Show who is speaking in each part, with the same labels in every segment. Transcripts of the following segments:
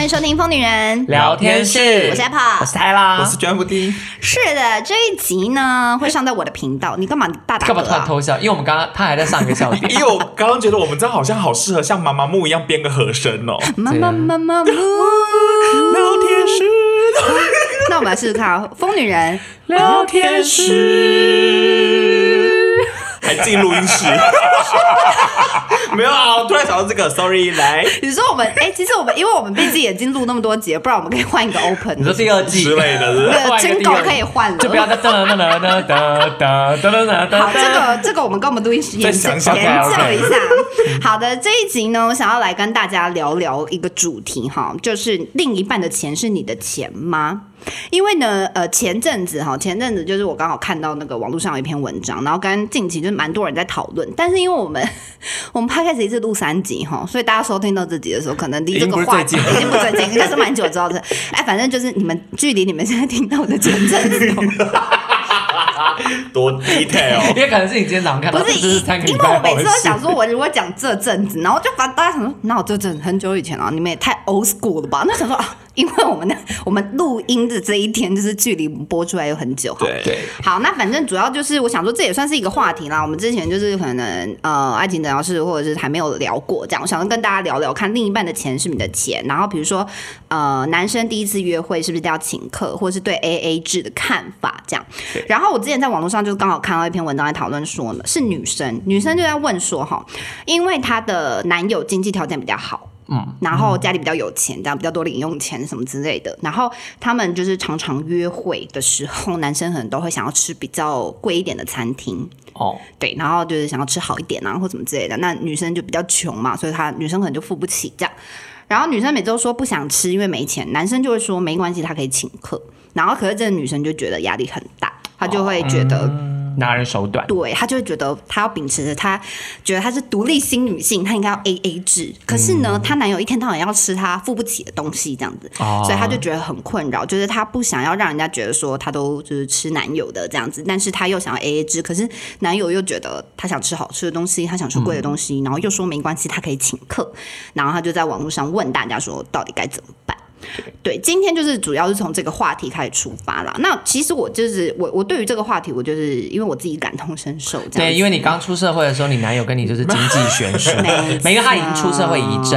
Speaker 1: 迎收听《疯女人》
Speaker 2: 聊天室
Speaker 1: 我是 Apple，
Speaker 2: 我是泰拉，
Speaker 3: 我是卷布丁，
Speaker 1: 是的，这一集呢会上在我的频道。你干嘛大打
Speaker 2: 干嘛
Speaker 1: 嗝
Speaker 2: 突然
Speaker 1: 啊？
Speaker 2: 偷笑？因为我们刚刚他还在上一个笑 点，
Speaker 3: 因为我哎刚刚觉得我们这好像好适合像妈妈木一样编个和声 哦。
Speaker 1: 妈
Speaker 2: 对
Speaker 1: 妈
Speaker 2: 啊
Speaker 1: 妈妈 妈！
Speaker 3: 聊天室，
Speaker 1: 那我们来试试看啊，《疯女人
Speaker 3: 聊天室，还进录音室。 没有啊，我突然想到这个，sorry，来》。
Speaker 1: 你说我们哎，其实我们因为我们毕竟已经录那么多集了，不然我们可以换一个 open。
Speaker 2: 你说第二季
Speaker 3: 之类的是不是。
Speaker 1: 对
Speaker 2: 换一个
Speaker 1: 真
Speaker 2: 第二
Speaker 1: 狗可以换了
Speaker 2: 就不要再噔噔噔噔噔噔噔噔噔噔
Speaker 1: 好，
Speaker 2: 噔。
Speaker 1: 这个这个我们跟我们录音师研究
Speaker 3: 再
Speaker 1: 研
Speaker 3: 想
Speaker 1: 究
Speaker 3: 想
Speaker 1: 一下。好的，这一集呢，我想要来跟大家聊聊一个主题哈，就是另一半的钱是你的钱吗？因为呢，呃，前阵子哈，前阵子就是我刚好看到那个网络上有一篇文章，然后跟近期就是蛮多人在讨论，但是因为我们 我们 p 开始一次录三集哈，所以大家收听到这集的时候，可能离这个话题
Speaker 3: 已经
Speaker 1: 已经不最近，应该是蛮久之后的。哎，反正就是你们距离你们现在听到的前阵子有
Speaker 3: 多 detail，
Speaker 2: 因为可能是你今天早上看
Speaker 1: 不
Speaker 2: 到，
Speaker 1: 是，
Speaker 2: 这是三个
Speaker 1: 因
Speaker 2: 礼
Speaker 1: 为我
Speaker 2: 拜后
Speaker 1: 每
Speaker 2: 的
Speaker 1: 次都
Speaker 2: 事
Speaker 1: 想说，我如果讲这阵子，然后就把大家想说，那我这阵子很久以前了、你们也太 old school 了吧？那想说啊，因为我们的我们录音的这一天，就是距离我们播出来有很久。
Speaker 3: 对
Speaker 2: 对，
Speaker 1: 好，那反正主要就是我想说，这也算是一个话题啦。我们之前就是可能呃，爱情诊疗室或者是还没有聊过这样，我想跟大家聊聊看，另一半的钱是你的钱，然后比如说呃，男生第一次约会是不是一定要请客，或者是对 A A 制的看法这样。然后我之前在网络上就刚好看到一篇文章在讨论说呢，是女生，女生就在问说哈，因为她的男友经济条件比较好。
Speaker 2: 嗯，
Speaker 1: 然后家里比较有钱，这样比较多零用钱什么之类的。然后他们就是常常约会的时候，男生可能都会想要吃比较贵一点的餐厅，
Speaker 2: 哦，
Speaker 1: 对，然后就是想要吃好一点啊，或什么之类的。那女生就比较穷嘛，所以她女生可能就付不起这样。然后女生每周说不想吃，因为没钱，男生就会说没关系，他可以请客。然后可是这个女生就觉得压力很大，她就会觉得，
Speaker 2: 拿人手短，
Speaker 1: 对她就会觉得她要秉持着她觉得她是独立新女性，她应该要 A A 制。可是呢，她男友一天到晚要吃她付不起的东西，这样子，
Speaker 2: 嗯哦
Speaker 1: 所以她就觉得很困扰，就是她不想要让人家觉得说她都就是吃男友的这样子，但是她又想要 A A 制，可是男友又觉得她想吃好吃的东西，她想吃贵的东
Speaker 2: 嗯
Speaker 1: 西，然后又说没关系，她可以请客，然后她就在网络上问大家说到底该怎么办。对，今天就是主要是从这个话题开始出发啦。那其实我就是我，我对于这个话题，我就是因为我自己感同身受，这样
Speaker 2: 对，
Speaker 1: 子
Speaker 2: 因为你刚出社会的时候，你男友跟你就是经济悬殊，嗯 没有，他已经出社会一阵子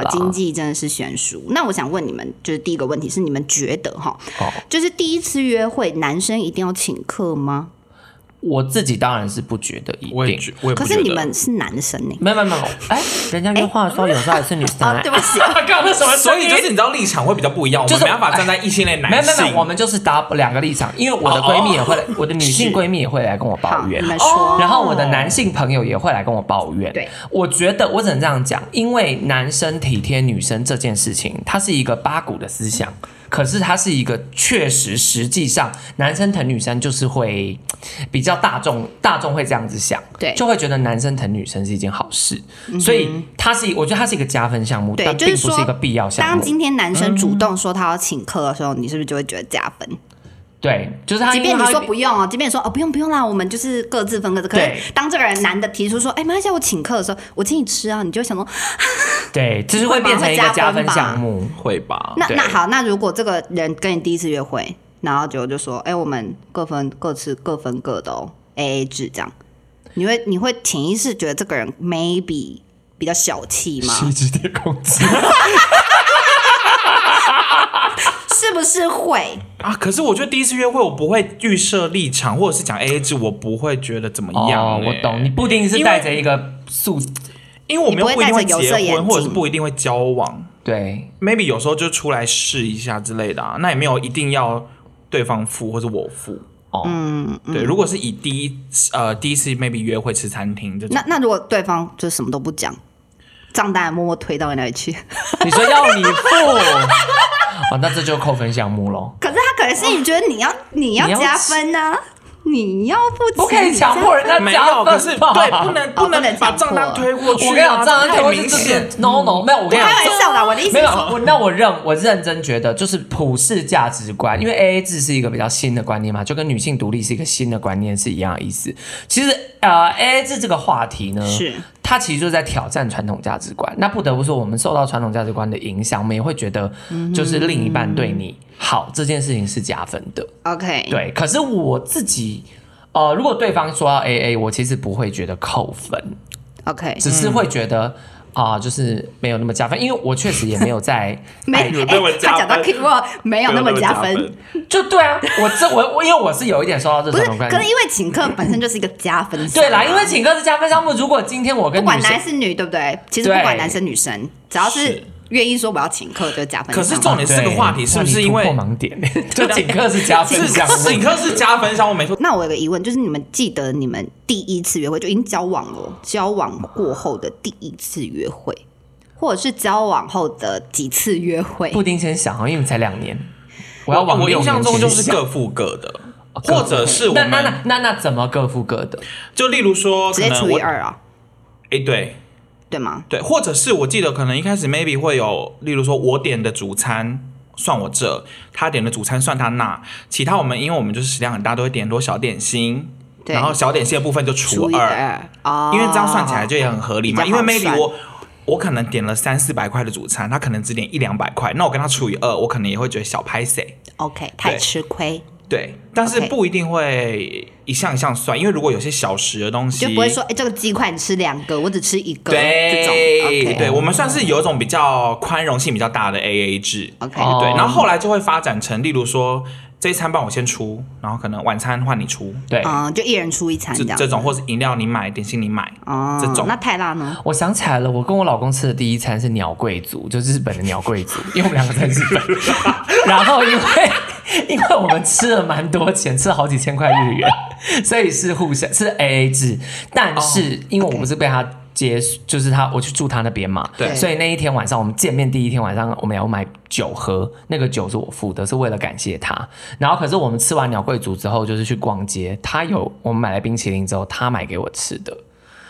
Speaker 1: 啊
Speaker 2: 啦，
Speaker 1: 经济真的是悬殊。那我想问你们，就是第一个问题是，你们觉得哈，
Speaker 2: 哦
Speaker 1: 就是第一次约会，男生一定要请客吗？
Speaker 2: 我自己当然是不觉得一
Speaker 3: 我也
Speaker 2: 定，
Speaker 3: 觉，我也
Speaker 1: 可
Speaker 3: 不
Speaker 1: 是
Speaker 3: 觉
Speaker 1: 你
Speaker 3: 得。
Speaker 1: 们是男生呢、
Speaker 2: 没有没有没有，哎，人家约话的时候，有时候还是女生
Speaker 1: 啊，
Speaker 2: 来
Speaker 1: 对，不起，
Speaker 2: 干了什么
Speaker 3: 所以就是你知道立场会比较不一样，我
Speaker 2: 就
Speaker 3: 们
Speaker 2: 是
Speaker 3: 没办法站在异性恋
Speaker 2: 没有
Speaker 3: 男
Speaker 2: 没有没
Speaker 3: 性
Speaker 2: 有，我。们就是打两个立场，因为我的闺蜜也会来，我的女性闺蜜也会来跟我
Speaker 1: 哦好，
Speaker 2: 抱
Speaker 1: 你
Speaker 2: 怨，哦
Speaker 1: 们说，
Speaker 2: 然后我的男性朋友也会来跟我抱怨。
Speaker 1: 对，
Speaker 2: 我觉得我只能这样讲，因为男生体贴女生这件事情，它是一个八股的思想，可是它是一个确实实际上男生疼女生就是会比较大众，大众会这样子想，
Speaker 1: 对嗯
Speaker 2: 就会觉得男生疼女生是一件好事，所以它是我觉得它是一个加分项目，
Speaker 1: 对
Speaker 2: 但
Speaker 1: 就是
Speaker 2: 并不是一
Speaker 1: 说
Speaker 2: 个必要项
Speaker 1: 当
Speaker 2: 目。
Speaker 1: 今天男生主动说他要请客的时候，你是不是就会觉得加分？
Speaker 2: 嗯对，就是他
Speaker 1: 即
Speaker 2: 因为
Speaker 1: 便你
Speaker 2: 他会
Speaker 1: 说不用哦，即便你说哦不用不用啦，我们就是各自分各自。可
Speaker 2: 对
Speaker 1: 是当这个人男的提出说，哎，没关系，我请客的时候，我请你吃啊，你就会想说，
Speaker 2: 对，就是
Speaker 1: 会
Speaker 2: 会
Speaker 1: 吗
Speaker 2: 变成一个
Speaker 1: 会加
Speaker 2: 加
Speaker 1: 分
Speaker 2: 分
Speaker 1: 吧
Speaker 2: 项目。
Speaker 3: 会吧？
Speaker 1: 那
Speaker 2: 对
Speaker 1: 那好，那如果这个人跟你第一次约会，然后结果就说，哎，我们各分各吃，各分各的哦，A A 制这样，你会你会潜意识觉得这个人 maybe 比较小气吗？
Speaker 2: 直接攻击，
Speaker 1: 是不是会？
Speaker 3: 啊，可是我觉得第一次约会，我不会预设立场，或者是讲 A A 制，我不会觉得怎么样、
Speaker 2: 哦，
Speaker 3: 哎
Speaker 2: 我懂，你，不一定是
Speaker 3: 因为
Speaker 2: 带着一个素
Speaker 3: 因为我们又
Speaker 1: 你不
Speaker 3: 一
Speaker 1: 会
Speaker 3: 定
Speaker 1: 戴着
Speaker 3: 会
Speaker 1: 有色眼
Speaker 3: 结婚，或者是
Speaker 1: 镜
Speaker 3: 不一定会交往。
Speaker 2: 对
Speaker 3: maybe 有时候就出来试一下之类的啊，那也没有一定要对方付或者我付。
Speaker 2: 哦，
Speaker 3: 对，如果是以第一呃第一次 maybe 约会吃餐厅这种，
Speaker 1: 那那如果对方就什么都不讲，账单默默推到你那里去，
Speaker 2: 你说要你付，哦，那这就扣分项目喽。
Speaker 1: 可是他可能心里觉得你要你要
Speaker 2: 你要
Speaker 1: 加分呢、你要不
Speaker 2: 哦不可以强迫人家
Speaker 3: 没
Speaker 2: 加
Speaker 3: 有，
Speaker 2: 分
Speaker 3: 可是
Speaker 2: 吧
Speaker 3: 对，不能
Speaker 1: 哦不能
Speaker 3: 能把
Speaker 1: 强迫
Speaker 3: 账单推过去啊，
Speaker 2: 我跟你讲，张安
Speaker 3: 太
Speaker 2: 推
Speaker 3: 明
Speaker 2: 这
Speaker 3: 显
Speaker 2: 是。no no，没有，我跟你
Speaker 1: 开
Speaker 2: 讲，
Speaker 1: 玩笑啦，我的意思
Speaker 2: 没
Speaker 1: 是
Speaker 2: 有，
Speaker 1: 说，
Speaker 2: 我那我认我认真觉得，就是普世价值观，因为 A A 制是一个比较新的观念嘛，就跟女性独立是一个新的观念是一样的意思。其实呃，A A 制这个话题呢，
Speaker 1: 是
Speaker 2: 他其实就是在挑战传统价值观。那不得不说，我们受到传统价值观的影响，我们也会觉得，
Speaker 1: 嗯
Speaker 2: 就是另一半对你好这件事情是加分的。
Speaker 1: OK，
Speaker 2: 对，可是我自己，呃，如果对方说要 A A，我其实不会觉得扣分，
Speaker 1: OK，
Speaker 2: 只是会觉得。啊、就是没有那么加分，因为我确实也没有在
Speaker 1: 没
Speaker 3: 有那么
Speaker 1: 哎
Speaker 3: 加
Speaker 1: 他讲到
Speaker 3: 分
Speaker 1: key word 没有那么加分，
Speaker 3: 分。
Speaker 2: 就对啊，我这我我因为我是有一点受到这
Speaker 1: 不
Speaker 2: 种
Speaker 1: 是？
Speaker 2: 关
Speaker 1: 可是
Speaker 2: 系，
Speaker 1: 因为请客本身就是一个加分项啊，
Speaker 2: 对啦，因为请客是加分项目。如果今天我跟
Speaker 1: 不
Speaker 2: 女
Speaker 1: 管
Speaker 2: 生
Speaker 1: 男，是女，对不对？其实不
Speaker 2: 对
Speaker 1: 管男生女生，只要是
Speaker 3: 是
Speaker 1: 愿意说我要请客，就加分
Speaker 3: 可
Speaker 1: 项嘛。
Speaker 3: 是重点是哎这个话题是不是因为
Speaker 2: 哇你突破盲 点？
Speaker 1: 啊
Speaker 2: 就请客是加分
Speaker 3: 是
Speaker 2: 项目，
Speaker 3: 请客是加分项目没错，
Speaker 1: 那我有个疑问，就是你们记得你们第一次约会就已经交往了，交往过后的第一次约会，或者是交往后的几次约会？
Speaker 2: 布丁先想啊，因为你才两年，我
Speaker 3: 我
Speaker 2: 要往
Speaker 3: 我
Speaker 2: 六
Speaker 3: 印
Speaker 2: 年
Speaker 3: 象中
Speaker 2: 前
Speaker 3: 就是
Speaker 2: 想
Speaker 3: 各付各的，
Speaker 2: 哦各
Speaker 3: 或者是我
Speaker 2: 那那那
Speaker 3: 们
Speaker 2: 那那怎么各付各的？
Speaker 3: 就例如说，
Speaker 1: 直
Speaker 3: 可
Speaker 1: 接
Speaker 3: 能
Speaker 1: 除以
Speaker 3: 我
Speaker 1: 二啊，
Speaker 3: 哎对
Speaker 1: 对吗？
Speaker 3: 对，或者是我记得可能一开始 maybe 会有，例如说我点的主餐。算我这，他点的主餐算他那，其他我们因为我们就是食量很大，都会点很多小点心，
Speaker 1: 对，
Speaker 3: 然后小点心的部分就
Speaker 1: 除
Speaker 3: 除
Speaker 1: 以
Speaker 3: 二，
Speaker 1: 二哦，
Speaker 3: 因为这样算起来就也很合理嘛。
Speaker 1: 比
Speaker 3: 因
Speaker 1: 较
Speaker 3: 为
Speaker 1: 好
Speaker 3: maybe
Speaker 1: 算
Speaker 3: 我我可能点了三四百块的主餐，他可能只点一两百块，那我跟他除以二，我可能也会觉得小拍谁。
Speaker 1: OK 太吃亏，
Speaker 3: 对，但是
Speaker 1: OK
Speaker 3: 不一定会一项一项算，因为如果有些小食的东西，
Speaker 1: 就不会说哎这个鸡块你吃两个，我只吃一个这种
Speaker 3: 对
Speaker 1: OK
Speaker 3: 对，我们算是有一种比较宽容性比较大的 AA 制。
Speaker 1: OK
Speaker 2: 哦
Speaker 3: 对，然后后来就会发展成，例如说这一餐帮我先出，然后可能晚餐换你出，
Speaker 2: 对，
Speaker 1: 嗯，就一人出一餐
Speaker 3: 这
Speaker 1: 这样
Speaker 3: 这种或是饮料你买，点心你买，
Speaker 1: 哦，
Speaker 3: 这种
Speaker 1: 那泰拉呢？
Speaker 2: 我想起来了，我跟我老公吃的第一餐是鸟贵族，就日本的鸟贵族，因为我们两个在日本。然后因为因为我们吃了蛮多钱，吃了好几千块日元，所以是互相是 A A 制。但是因为我
Speaker 1: OK
Speaker 2: 不是被他接，就是他我去住他那边嘛，
Speaker 1: 对
Speaker 2: 所以那一天晚上我们见面第一天晚上，我们要买酒喝，那个酒是我付的，是为了感谢他。然后可是我们吃完鸟贵族之后，就是去逛街，他有我们买了冰淇淋之后，他买给我吃的。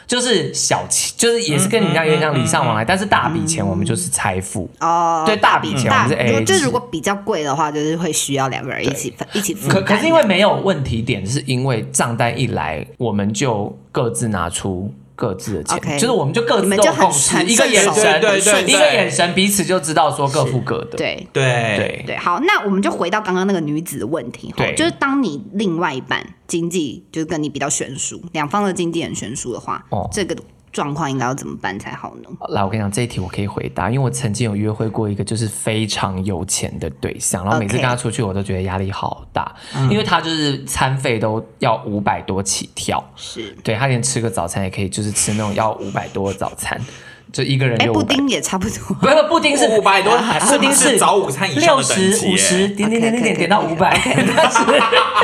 Speaker 2: 就是小钱，就是也是跟你一样有点像礼尚往
Speaker 1: 嗯
Speaker 2: 来，但是大笔钱我们就是财付，
Speaker 1: 哦，
Speaker 2: 对大笔钱我
Speaker 1: 大
Speaker 2: 们是哎 AA
Speaker 1: 如就
Speaker 2: 制
Speaker 1: 如果比较贵的话，就是会需要两个人一起分一起分。
Speaker 2: 可可是因为没有问题点，是因为账单一来，我们就各自拿出各自的钱
Speaker 1: OK
Speaker 2: 就是我们就各
Speaker 1: 你
Speaker 2: 自
Speaker 1: 们
Speaker 2: 都
Speaker 1: 就
Speaker 2: 有
Speaker 1: 很
Speaker 2: 共
Speaker 1: 很
Speaker 2: 识，一个眼
Speaker 1: 顺手
Speaker 2: 神，
Speaker 3: 对对
Speaker 2: 一个
Speaker 3: 对
Speaker 2: 眼神，彼此就知道说各付各的。
Speaker 1: 对
Speaker 3: 对
Speaker 2: 对
Speaker 1: 对，好，那我们就回到刚刚那个女子的问题哈，
Speaker 2: 对
Speaker 1: 就是当你另外一半经济就是跟你比较悬殊，两方的经济很悬殊的话，
Speaker 2: 哦
Speaker 1: 这个状况应该要怎么办才好呢？
Speaker 2: 来，我跟你讲这一题我可以回答，因为我曾经有约会过一个就是非常有钱的对象，然后每次
Speaker 1: OK 嗯
Speaker 2: 跟他出去我都觉得压力好大因为他就是餐费都要五百多起跳，
Speaker 1: 是，
Speaker 2: 对他连吃个早餐也可以，就是吃那种要五百多的早餐，就一个人
Speaker 1: 哎，
Speaker 2: 有
Speaker 1: 布
Speaker 2: 500
Speaker 1: 丁也差不多，
Speaker 2: 不是布丁是
Speaker 3: 500多
Speaker 2: 啊
Speaker 3: 是
Speaker 2: 布丁
Speaker 3: 是早午餐以上
Speaker 2: 六
Speaker 3: 的等级
Speaker 2: 十五十点点点点
Speaker 1: OK，OK，
Speaker 2: 点点到 五百，但是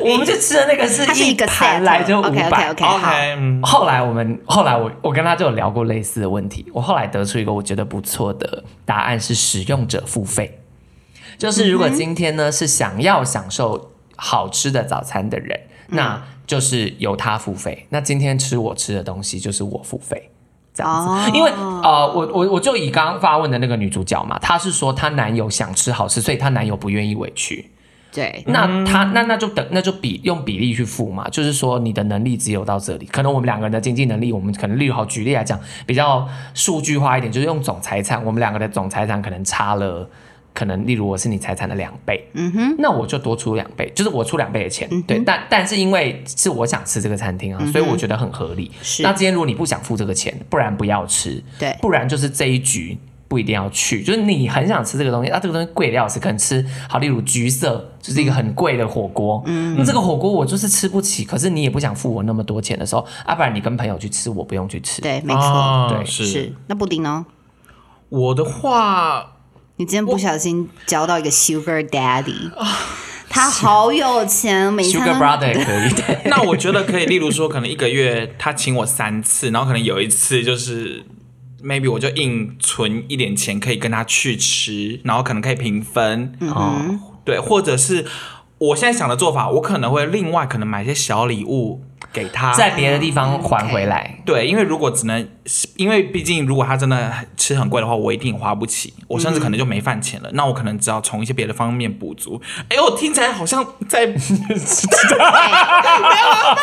Speaker 2: 我们就吃的那个是
Speaker 1: 它是一个
Speaker 2: 盘
Speaker 1: set 哦
Speaker 2: 来就五
Speaker 1: OK
Speaker 2: 百
Speaker 1: OK。OK 好，
Speaker 3: ，OK，嗯
Speaker 2: 后来我们后来我我跟他就有聊过类似的问题，我后来得出一个我觉得不错的答案是使用者付费，就是如果今天呢是想要享受好吃的早餐的人，那就是由他付费。那今天吃我吃的东西就是我付费。这样子，
Speaker 1: 哦
Speaker 2: 因为呃，我我我就以刚刚发问的那个女主角嘛，她是说她男友想吃好吃，所以她男友不愿意委屈，
Speaker 1: 对，
Speaker 2: 那他那那就等那就比用比例去付嘛，就是说你的能力只有到这里，可能我们两个人的经济能力，我们可能例如好举例来讲，比较数据化一点，就是用总财产，我们两个的总财产可能差了。可能例如我是你财产的两倍，嗯哼，嗯那我就多出两倍，就是我出两倍的钱，对，但但是因为是我想吃这个餐厅啊，所以我觉得很合理。
Speaker 1: 是
Speaker 2: 那今天如果你不想付这个钱，不然不要吃，
Speaker 1: 对
Speaker 2: 不然就是这一局不一定要去，就是你很想吃这个东西，啊，这个东西贵的要死，可能吃好，例如橘色就是一个很贵的火锅，嗯，那这个火锅我就是吃不起，可是你也不想付我那么多钱的时候，啊，不然你跟朋友去吃，我不用去吃，，
Speaker 1: 对，没错，
Speaker 2: 对
Speaker 3: 啊是
Speaker 1: 是。那布丁呢？
Speaker 3: 我的话，
Speaker 1: 你今天不小心交到一个 Sugar Daddy，他好有钱，每餐
Speaker 2: ，Sugar
Speaker 1: 都
Speaker 2: Brother 也可以，对
Speaker 3: 那我觉得可以，例如说，可能一个月他请我三次，然后可能有一次就是，maybe 我就硬存一点钱可以跟他去吃，然后可能可以平分，
Speaker 1: 嗯
Speaker 2: 哦，
Speaker 3: 对，或者是我现在想的做法，我可能会另外可能买一些小礼物给他。
Speaker 2: 哦在别的地方还回来。
Speaker 3: 对，因为如果只能，因为毕竟如果他真的吃很贵的话，我一定花不起，我甚至可能就没饭
Speaker 1: 嗯
Speaker 3: 钱了。那我可能只好从一些别的方面补足。哎呦，听起来好像在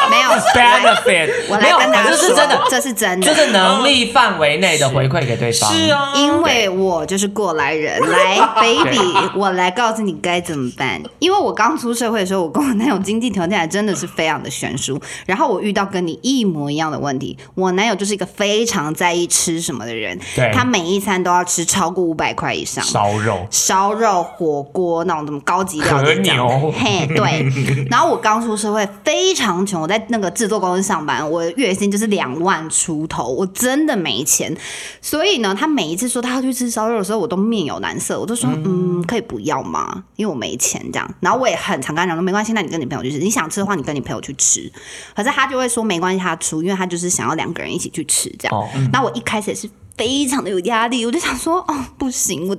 Speaker 1: 没有，
Speaker 2: benefit
Speaker 1: 我
Speaker 2: 没
Speaker 1: 来
Speaker 2: 有，
Speaker 1: 我来跟大
Speaker 2: 可
Speaker 1: 家
Speaker 2: 是
Speaker 1: 说，
Speaker 2: 是真的，
Speaker 1: 这是真的，
Speaker 2: 就是能力范围内的回馈给对方。
Speaker 3: 是，啊，
Speaker 1: 因为我就是过来人，来 ，baby，我来告诉你该怎么办。因为我刚出社会的时候，我跟我男友经济条件还真的是非常的悬殊。然后我遇到跟你一模一样的问题，我男友就是一个非常在意吃什么的人
Speaker 2: 对，
Speaker 1: 他每一餐都要吃超过五百块以上。
Speaker 2: 烧肉
Speaker 1: 烧肉、火锅那种什么高级料理这样
Speaker 2: 和牛
Speaker 1: 的，嘿，对。 然后我刚出社会，非常穷，我在那个制作公司上班，我月薪就是两万出头，我真的没钱。所以呢，他每一次说他要去吃烧肉的时候，我都面有难色，我就说，嗯，可以不要吗？因为我没钱这样。然后我也很常跟他讲说，没关系，那你跟你朋友去吃，你想吃的话，你跟你朋友去吃。可是他就会说没关系，他出，因为他就是想要两个人一起去吃这样。
Speaker 2: 哦，
Speaker 1: 那我一开始也是非常的有压力，我就想说，哦，不行，我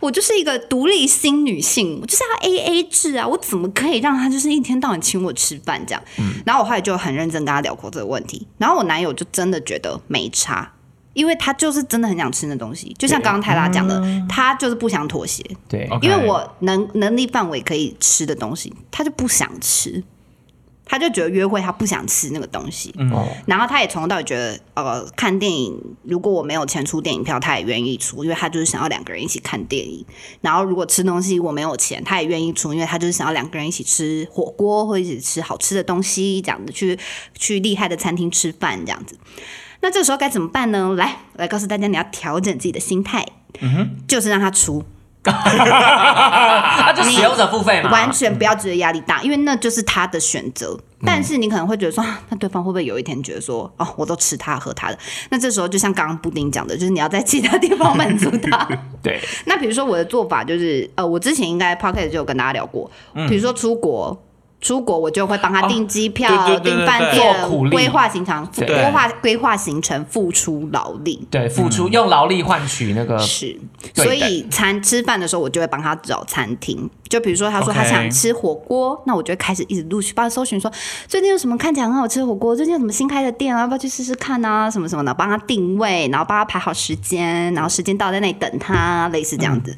Speaker 1: 我就是一个独立新女性，我就是要 A A 制啊，我怎么可以让他就是一天到晚请我吃饭这样？然后我后来就很认真跟他聊过这个问题，然后我男友就真的觉得没差。因为他就是真的很想吃那东西，就像刚刚泰拉讲的，他就是不想妥协，
Speaker 2: 对，
Speaker 3: OK
Speaker 1: 因为我能能力范围可以吃的东西，他就不想吃，他就觉得约会他不想吃那个东西，
Speaker 2: 哦
Speaker 1: 然后他也从头到尾觉得，呃，看电影如果我没有钱出电影票，他也愿意出，因为他就是想要两个人一起看电影。然后如果吃东西我没有钱，他也愿意出，因为他就是想要两个人一起吃火锅或一起吃好吃的东西，这样子去去厉害的餐厅吃饭这样子。那这时候该怎么办呢？来，我来告诉大家，你要调整自己的心态，就是让他出，
Speaker 2: 啊，就使用者付费嘛，
Speaker 1: 完全不要觉得压力大，
Speaker 3: 嗯
Speaker 1: 因为那就是他的选择。但是你可能会觉得说，啊那对方会不会有一天觉得说，哦，我都吃他喝他的？那这时候就像刚刚布丁讲的，就是你要在其他地方满足 他。
Speaker 2: 对，
Speaker 1: 那比如说我的做法就是，呃，我之前应该 p o c k e t 就有跟大家聊过，
Speaker 3: 嗯
Speaker 1: 比如说出国。出国我就会帮他订机票、
Speaker 3: 哦对对对
Speaker 1: 订饭
Speaker 3: 对
Speaker 2: 对
Speaker 1: 店
Speaker 2: 做苦力、
Speaker 1: 规划行程、
Speaker 2: 对
Speaker 1: 规划规划行程、付出劳力。
Speaker 2: 对，付出、用劳力换取那个
Speaker 1: 是，
Speaker 2: 对
Speaker 1: 所
Speaker 2: 等
Speaker 1: 以餐吃饭的时候，我就会帮他找餐厅。就比如说，他说
Speaker 3: OK
Speaker 1: 他想吃火锅，那我就会开始一直陆续帮他搜寻说，最近有什么看起来很好吃的火锅，最近有什么新开的店啊，要不要去试试看啊，什么什么的，帮他定位，然后帮他排好时间，然后时间到在那里等他，类似这样子。
Speaker 2: 嗯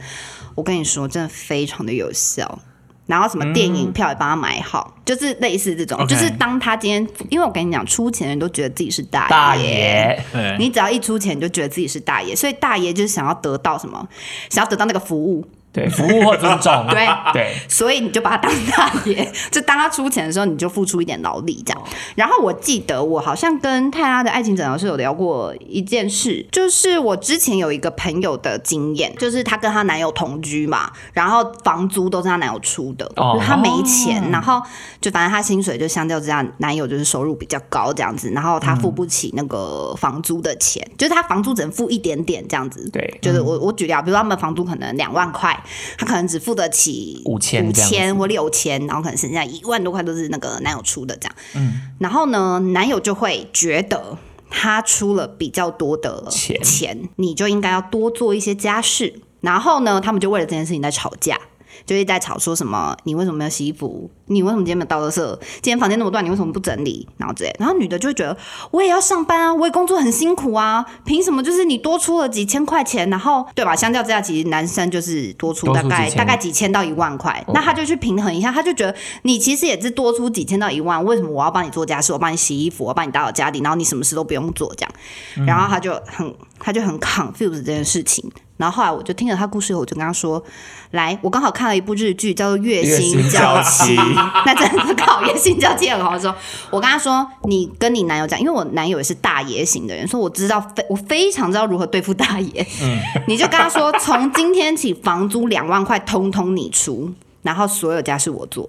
Speaker 1: 我跟你说，真的非常的有效。然后什么电
Speaker 2: 嗯
Speaker 1: 影票也帮他买好，就是类似这种
Speaker 3: OK
Speaker 1: 就是当他今天，因为我跟你讲，出钱的人都觉得自己是大
Speaker 2: 大爷，
Speaker 3: 对
Speaker 1: 你只要一出钱，你就觉得自己是大爷，所以大爷就是想要得到什么，想要得到那个服务，
Speaker 2: 对，服务或尊重，
Speaker 1: 对
Speaker 2: 对，
Speaker 1: 所以你就把他当大爷， 就当他出钱的时候，你就付出一点劳力
Speaker 2: 哦
Speaker 1: 这样。然后我记得我好像跟泰拉的爱情诊疗师有聊过一件事，就是我之前有一个朋友的经验，就是她跟她男友同居嘛，然后房租都是她男友出的，
Speaker 2: 哦
Speaker 1: 就是她没钱，然后就反正她薪水就相较之下，男友就是收入比较高这样子，然后她付不起那个房租的钱，就是她房租只能付一点点这样子，
Speaker 2: 对嗯
Speaker 1: 就是我我举例啊，比如说他们房租可能两万块，他可能只付得起
Speaker 2: 5000
Speaker 1: 五
Speaker 2: 这样子
Speaker 1: 千或六千，然后可能剩下一万多块都是那个男友出的这样。嗯，然后呢，男友就会觉得他出了比较多的
Speaker 2: 钱
Speaker 1: 钱你就应该要多做一些家事。然后呢，他们就为了这件事情在吵架。就一直在吵说什么你为什么没有洗衣服？你为什么今天没有倒垃圾？今天房间那么乱，你为什么不整理？然后之类的，然后女的就会觉得我也要上班啊，我也工作很辛苦啊，凭什么就是你多出了几千块钱，然后对吧？相较之下，其实男生就是多出
Speaker 2: 多
Speaker 1: 大
Speaker 2: 出
Speaker 1: 概
Speaker 2: 几千
Speaker 1: 大概几千到一万块，那他就去平衡一下，他就觉得你其实也是多出几千到一万，为什么我要帮你做家事，我帮你洗衣服，我帮你打扫家里，然后你什么事都不用做这样？然后他就很他就很 confused 这件事情。然后后来我就听了他故事以后，我就跟他说：“来，我刚好看了一部日剧，叫做《月薪娇妻》， 那真的是刚好月薪娇妻很好说。我跟他说，你跟你男友讲，因为我男友也是大爷型的人，所以我知道非我非常知道如何对付大爷。 你就跟他说，从今天起，房租两万块通通你出。然后所有家事我做，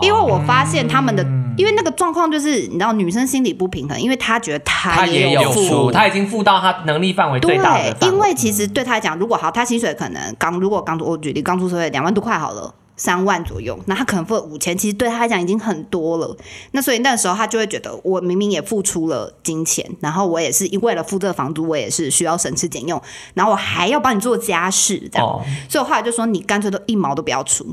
Speaker 1: 因为我发现他们的，因为那个状况就是，你知道女生心理不平衡，因为她觉得她
Speaker 2: 他也有
Speaker 1: 付
Speaker 2: 付，他已经付到他能力范围最大
Speaker 1: 对，
Speaker 2: 的范围
Speaker 1: 因为其实对他来讲，如果好，他薪水可能刚如果刚出，我哦举例刚出社会两万多块好了。三万左右，那他可能付五千，其实对他来讲已经很多了。那所以那时候他就会觉得，我明明也付出了金钱，然后我也是因为了付这个房租，我也是需要省吃俭用，然后我还要帮你做家事，这样。
Speaker 2: 哦，
Speaker 1: 所以我后来就说，你干脆都一毛都不要出，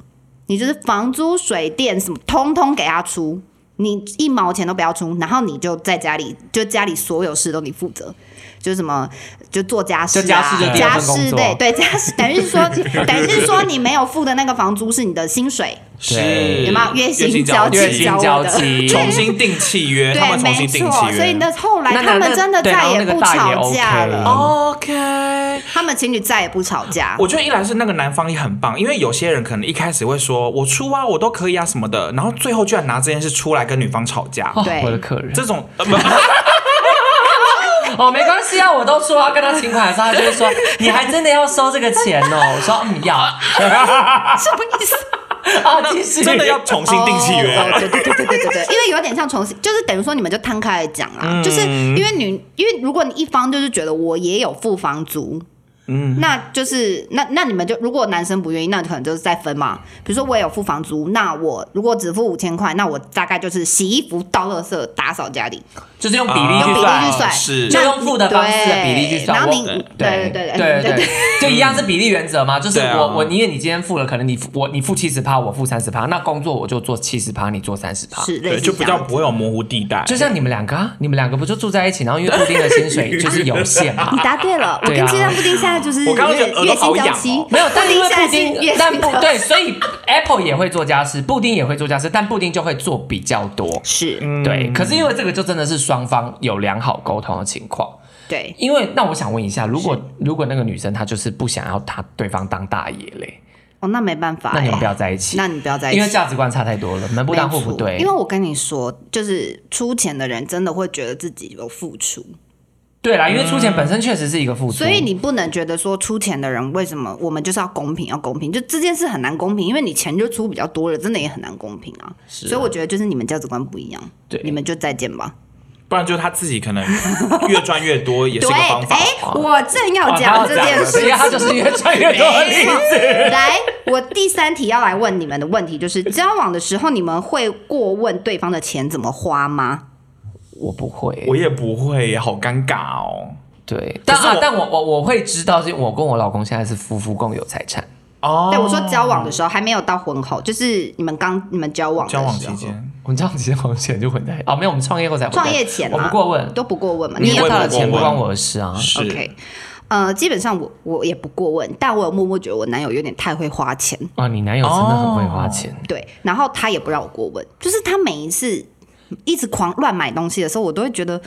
Speaker 1: 你就是房租、水电什么，通通给他出。你一毛钱都不要出，然后你就在家里，就家里所有事都你负责，就是什么就做家事、啊，
Speaker 2: 就家事就第二份工
Speaker 1: 事
Speaker 2: 作
Speaker 1: 对对家事，等于是 说等于是说你没有付的那个房租是你的薪水，
Speaker 3: 是
Speaker 1: 有没有月薪交
Speaker 3: 交
Speaker 1: 集
Speaker 2: 月薪交集
Speaker 3: 重新订契约，他
Speaker 1: 对，
Speaker 3: 们重
Speaker 1: 没
Speaker 3: 新订
Speaker 1: 错
Speaker 3: 契，约，
Speaker 1: 所以那后来
Speaker 2: 那
Speaker 1: 他
Speaker 2: 那
Speaker 1: 们
Speaker 2: 那
Speaker 1: 真的
Speaker 2: 对然
Speaker 1: 再
Speaker 2: 后
Speaker 1: 也
Speaker 2: 那个
Speaker 1: 不
Speaker 2: 大爷
Speaker 1: 吵架
Speaker 2: OK
Speaker 1: 了，
Speaker 3: OK。
Speaker 1: 他们情侣再也不吵架，
Speaker 3: 我觉得一来是那个男方也很棒，因为有些人可能一开始会说我出啊，我都可以啊什么的，然后最后居然拿这件事出来跟女方吵架，
Speaker 2: 哦
Speaker 1: 对
Speaker 2: 我的客人
Speaker 3: 这 种、呃、不
Speaker 2: 哦，没关系啊，我都说要跟他请款的时候，他就会说你还真的要收这个钱 哦。我说嗯要啊，
Speaker 1: 什么意思？
Speaker 2: 继续
Speaker 3: 真的要重新订契约。
Speaker 1: 哦哦对对对对对对对，因为有点像重新，就是等于说你们就摊开来讲啦，就是因为女，因为如果你一方就是觉得我也有付房租。嗯，那就是那那你们就如果男生不愿意，那可能就是再分嘛。比如说我也有付房租，那我如果只付五千块，那我大概就是洗衣服、倒垃圾、打扫家里，
Speaker 2: 就是用比例
Speaker 1: 用
Speaker 2: 去
Speaker 1: 比例去
Speaker 2: 算。
Speaker 1: 算，
Speaker 3: 是
Speaker 1: 那
Speaker 2: 就用付的方式的比例去算
Speaker 1: 对然后
Speaker 2: 我
Speaker 1: 你对
Speaker 2: 对
Speaker 1: 对
Speaker 2: 对
Speaker 1: 对
Speaker 2: 对，就一样是比例原则嘛，就是
Speaker 3: 对啊
Speaker 2: 我我因为你今天付了，可能你付我你付七十趴，我付三十趴，那工作我就做七十趴，你做三十趴，
Speaker 1: 是类
Speaker 3: 对，
Speaker 1: 似
Speaker 3: 就比
Speaker 1: 这
Speaker 3: 较
Speaker 1: 样子
Speaker 3: 不会有模糊地带。
Speaker 2: 就像你们两个啊，你们两个不就住在一起，然后因为固定的薪水就是有限嘛
Speaker 1: 你，答对了，我
Speaker 2: 对
Speaker 1: 跟
Speaker 2: 啊
Speaker 1: 鸡蛋布丁现在就是
Speaker 3: 我刚刚觉
Speaker 1: 月
Speaker 3: 得耳朵
Speaker 1: 月薪
Speaker 3: 好
Speaker 1: 交
Speaker 3: 痒
Speaker 1: 期
Speaker 3: 哦，
Speaker 2: 没有，但因为
Speaker 1: 布
Speaker 2: 布
Speaker 1: 丁现在是
Speaker 2: 丁
Speaker 1: 月，
Speaker 2: 但
Speaker 1: 薪
Speaker 2: 布
Speaker 1: 交
Speaker 2: 对，所以 Apple 也会做家事，布丁也会做家事，但布丁就会做比较多。
Speaker 1: 是，
Speaker 2: 对，可是因为这个就真的是双方有良好沟通的情况。
Speaker 1: 对，
Speaker 2: 因为那我想问一下，如果如果那个女生她就是不想要她对方当大爷嘞，
Speaker 1: 哦，那没办法，
Speaker 2: 那你们
Speaker 1: 哎
Speaker 2: 不要在一起，
Speaker 1: 那你不要在一起，
Speaker 2: 因为价值观差太多了，门不当户不
Speaker 1: 没
Speaker 2: 对
Speaker 1: 错因。为我跟你说，就是出钱的人真的会觉得自己有付出，
Speaker 2: 对啦，因为出钱本身确实是一个付
Speaker 1: 嗯
Speaker 2: 出，
Speaker 1: 所以你不能觉得说出钱的人为什么我们就是要公平，要公平，就这件事很难公平，因为你钱就出比较多了，真的也很难公平啊。所以我觉得就是你们价值观不一样，
Speaker 2: 对
Speaker 1: 你们就再见吧。
Speaker 3: 不然就是他自己可能越赚越多，也是
Speaker 1: 对，
Speaker 3: 一个方法
Speaker 1: 哎。，我正要讲这件事
Speaker 2: 所以
Speaker 1: 情，
Speaker 2: 啊哦他就是越赚越
Speaker 3: 哎
Speaker 2: 多的例子。
Speaker 1: 哎来，我第三题要来问你们的问题就是：交往的时候，你们会过问对方的钱怎么花吗？
Speaker 2: 我不会
Speaker 3: 我，也不会耶，好尴尬哦。
Speaker 2: 对，但
Speaker 3: 可是
Speaker 2: 啊
Speaker 3: 我，
Speaker 2: 但我我我会知道，是因为我跟我老公现在是夫妇共有财产，
Speaker 1: 哎
Speaker 3: 哦，
Speaker 1: 对，我说交往的时候还没有到婚后，就是你们刚你们交往的时
Speaker 3: 交
Speaker 1: 候
Speaker 3: 往期，间，
Speaker 2: 我们这样其实好像钱就混在哦，没有，我们创业后才混在
Speaker 1: 创业前
Speaker 2: 我
Speaker 1: 啊
Speaker 2: 不过问，
Speaker 1: 都不过问嘛？
Speaker 2: 你
Speaker 1: 你也
Speaker 2: 有
Speaker 3: 不
Speaker 2: 他的
Speaker 3: 过
Speaker 2: 钱不
Speaker 3: 问
Speaker 2: 关我的事啊。
Speaker 3: 是
Speaker 1: OK。呃，基本上我我也不过问，但我有默默觉得我男友有点太会花钱，
Speaker 2: 啊，你男友真的很会
Speaker 3: 哦
Speaker 2: 花钱，
Speaker 1: 对，然后他也不让我过问，就是他每一次一直狂乱买东西的时候，我都会觉得，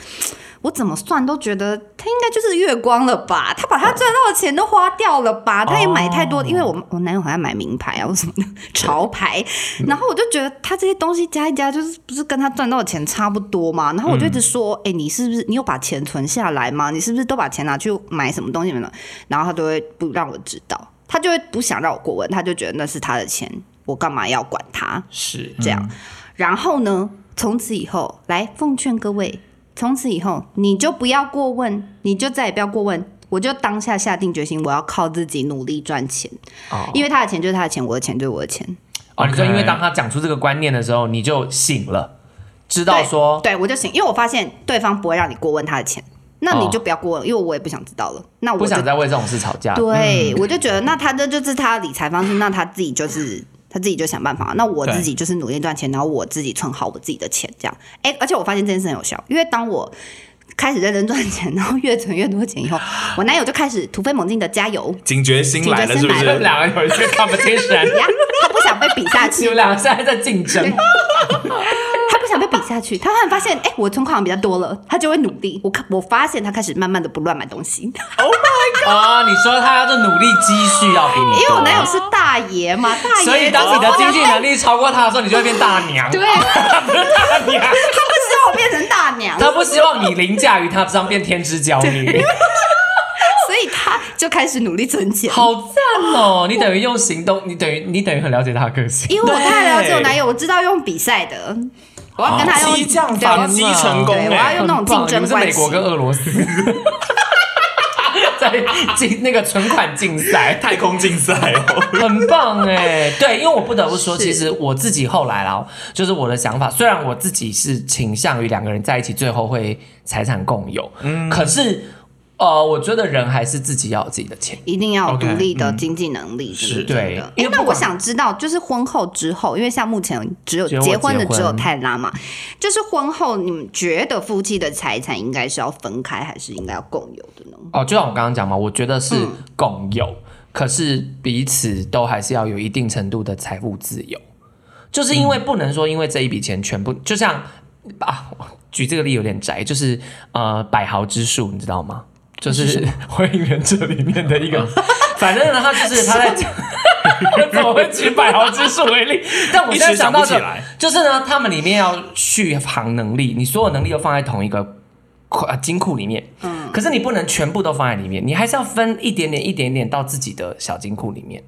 Speaker 1: 我怎么算都觉得他应该就是月光了吧，他把他赚到的钱都花掉了吧，他也买太多，因为我我男友很爱买名牌啊或什么的 潮牌，然后我就觉得他这些东西加一加，就是不是跟他赚到的钱差不多嘛，然后我就一直说，哎、你是不是你有把钱存下来吗？你是不是都把钱拿去买什么东西没了？然后他都会不让我知道，他就会不想让我过问，他就觉得那是他的钱，我干嘛要管他？
Speaker 2: 是
Speaker 1: 这样。然后呢，从此以后，来奉劝各位，从此以后你就不要过问，你就再也不要过问。我就当下下定决心，我要靠自己努力赚钱，
Speaker 2: 哦
Speaker 1: 因为他的钱就是他的钱，我的钱就是我的钱。
Speaker 2: 哦，你说
Speaker 3: OK
Speaker 2: 因为当他讲出这个观念的时候，你就醒了，知道说
Speaker 1: 对，对我就行，因为我发现对方不会让你过问他的钱，那你
Speaker 2: 哦
Speaker 1: 就不要过问，因为我也不想知道了。那我
Speaker 2: 不
Speaker 1: 就
Speaker 2: 想再为这种事吵架。
Speaker 1: 对，我就觉得那他这就是他的理财方式，那他自己就是他自己就想办法。那我自己就是努力赚钱，然后我自己存好我自己的钱，这样。哎、而且我发现这件事很有效，因为当我开始认真赚钱，然后越存越多钱以后，我男友就开始突飞猛进的加油。
Speaker 3: 警觉心来了，
Speaker 1: 警
Speaker 3: 是
Speaker 1: 觉
Speaker 3: 不
Speaker 1: 心来
Speaker 2: 你们
Speaker 3: 是？
Speaker 2: 两个有 一些 competition，
Speaker 1: 呀，他不想被比下去
Speaker 2: 你，们两个现在在竞争。
Speaker 1: 他不想被比下去。他突然发现，哎、我存款比较多了，他就会努力。我看我发现他开始慢慢的不乱买东西，
Speaker 2: 哦啊、你说他要就努力积蓄要比你多，啊
Speaker 1: 因为我男友是大爷嘛，大爷。
Speaker 2: 所以当你的经济能力超过他的时候，你就会变大娘。
Speaker 1: 对，
Speaker 2: 不是大娘，
Speaker 1: 他不希望我变成大娘，
Speaker 2: 他不希望你凌驾于他之上，变天之骄女。
Speaker 1: 所以他就开始努力存钱。
Speaker 2: 好赞哦！你等于用行动，你等于你等于很了解他的个性。
Speaker 1: 因为我
Speaker 3: 对
Speaker 1: 太了解我男友，我知道用比赛的，我要跟他用
Speaker 3: 哦激将
Speaker 1: 对我
Speaker 3: 法，
Speaker 1: 要
Speaker 3: 激成功
Speaker 1: 对我要
Speaker 3: 哎！
Speaker 1: 用那种竞争
Speaker 2: 很棒你
Speaker 1: 关
Speaker 2: 们是美
Speaker 1: 系。
Speaker 2: 国跟俄罗斯 在竞那个存款竞 赛，
Speaker 3: 太空竞赛哦，
Speaker 2: 很棒哎。对，因为我不得不说，
Speaker 1: 是
Speaker 2: 其实我自己后来啦，就是我的想法，虽然我
Speaker 3: 嗯
Speaker 2: 自己是倾向于两个人在一起最后会财产共有，可是。呃，我觉得人还是自己要有自己的钱。
Speaker 1: 一定要有独
Speaker 3: OK，
Speaker 1: 立的
Speaker 3: 嗯
Speaker 1: 经济能力，是
Speaker 3: 是
Speaker 1: 真
Speaker 2: 对
Speaker 1: 的。
Speaker 2: 因为
Speaker 1: 哎，那
Speaker 2: 不
Speaker 1: 我
Speaker 2: 管
Speaker 1: 想知道，就是婚后之后，因为像目前只有
Speaker 2: 只有我
Speaker 1: 结婚的
Speaker 2: 结婚
Speaker 1: 只有泰拉嘛，就是婚后你们觉得夫妻的财产应该是要分开，还是应该要共有的呢？
Speaker 2: 哦，就像我刚刚讲嘛，我觉得是
Speaker 1: 嗯
Speaker 2: 共有，可是彼此都还是要有一定程度的财务自由，就是因
Speaker 3: 嗯
Speaker 2: 为不能说因为这一笔钱全部，就像啊，我举这个例有点宅，就是呃百豪之术，你知道吗？就是《 火影忍者》里面的一 个，反正呢，他就是他在讲， 怎么会举百豪之术为例？但我
Speaker 3: 一
Speaker 2: 现在
Speaker 3: 时
Speaker 2: 想
Speaker 3: 想
Speaker 2: 到
Speaker 3: 不起
Speaker 2: 的，
Speaker 3: 来。
Speaker 2: 就是呢，他们里面要续航能力，你所有能力都放在同一个库呃金库里面，嗯，可是你不能全部都放在里面，你还是要分一点点、一点点到自己的小金库里面。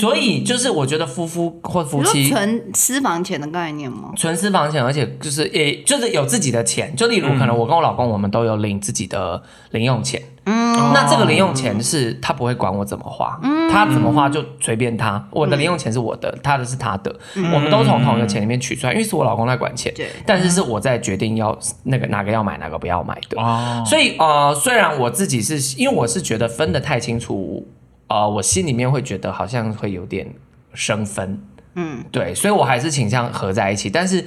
Speaker 2: 所以就是我觉得夫妇或夫
Speaker 1: 你说
Speaker 2: 妻
Speaker 1: 存私房钱的概念吗？
Speaker 2: 存私房钱，而且就是也就是有自己的钱，就例如可能我跟我老公，我们都有领自己的零用钱，那这个零用钱是他不会管我怎么花，他怎么花就随便他。我的零用钱是我的，他的是他的，我们都从同一个钱里面取出来，因为是我老公在管钱
Speaker 1: 对，
Speaker 2: 但是是我在决定要那个哪个要买，哪个不要买的。
Speaker 3: 哦，
Speaker 2: 所以呃，虽然我自己是因为我是觉得分得太清楚，呃，我心里面会觉得好像会有点生分，嗯，对，所以我还是倾向合在一起，但是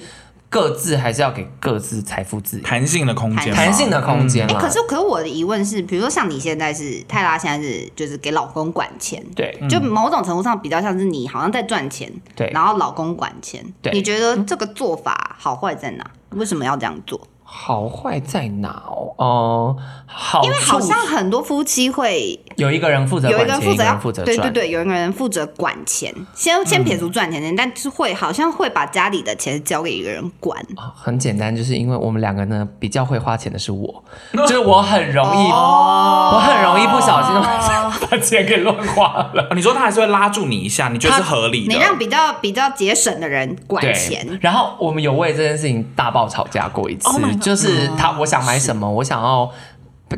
Speaker 2: 各自还是要给各自财富自由、
Speaker 3: 弹性的空间嘛，
Speaker 2: 弹性的空间啊
Speaker 1: 哎、
Speaker 2: 嘛。
Speaker 1: 可是可是我的疑问是，比如说像你现在是泰拉，现在是就是给老公管钱，
Speaker 2: 对
Speaker 1: 就某种程度上比较像是你好像在赚钱，
Speaker 2: 对
Speaker 1: 然后老公管钱，
Speaker 2: 对
Speaker 1: 你觉得这个做法好坏在哪？为什么要这样做？
Speaker 2: 哦好坏在哪哦？哦、好处，
Speaker 1: 因为好像很多夫妻会
Speaker 2: 有一个人负责
Speaker 1: 有一
Speaker 2: 管
Speaker 1: 个人
Speaker 2: 钱，
Speaker 1: 负
Speaker 2: 一
Speaker 1: 责
Speaker 2: 个
Speaker 1: 要
Speaker 2: 人负责
Speaker 1: 对对
Speaker 2: 赚。嗯
Speaker 1: 对，有一个人负责管钱，先先撇除赚钱的，但是会好像会把家里的钱交给一个人管。
Speaker 2: 啊很简单，就是因为我们两个呢比较会花钱的 是我，就是我很容易，
Speaker 1: 哦
Speaker 2: 我很容哦易不小心 就把钱给乱花了。
Speaker 3: 哦你说他还是会拉住你一下，你觉得是合理的？
Speaker 1: 你让比较比较节省的人管
Speaker 2: 对，
Speaker 1: 钱，
Speaker 2: 然后我们有为这件事情大爆吵架过一次
Speaker 3: Oh my god
Speaker 2: 就是他我想买什么，我想要。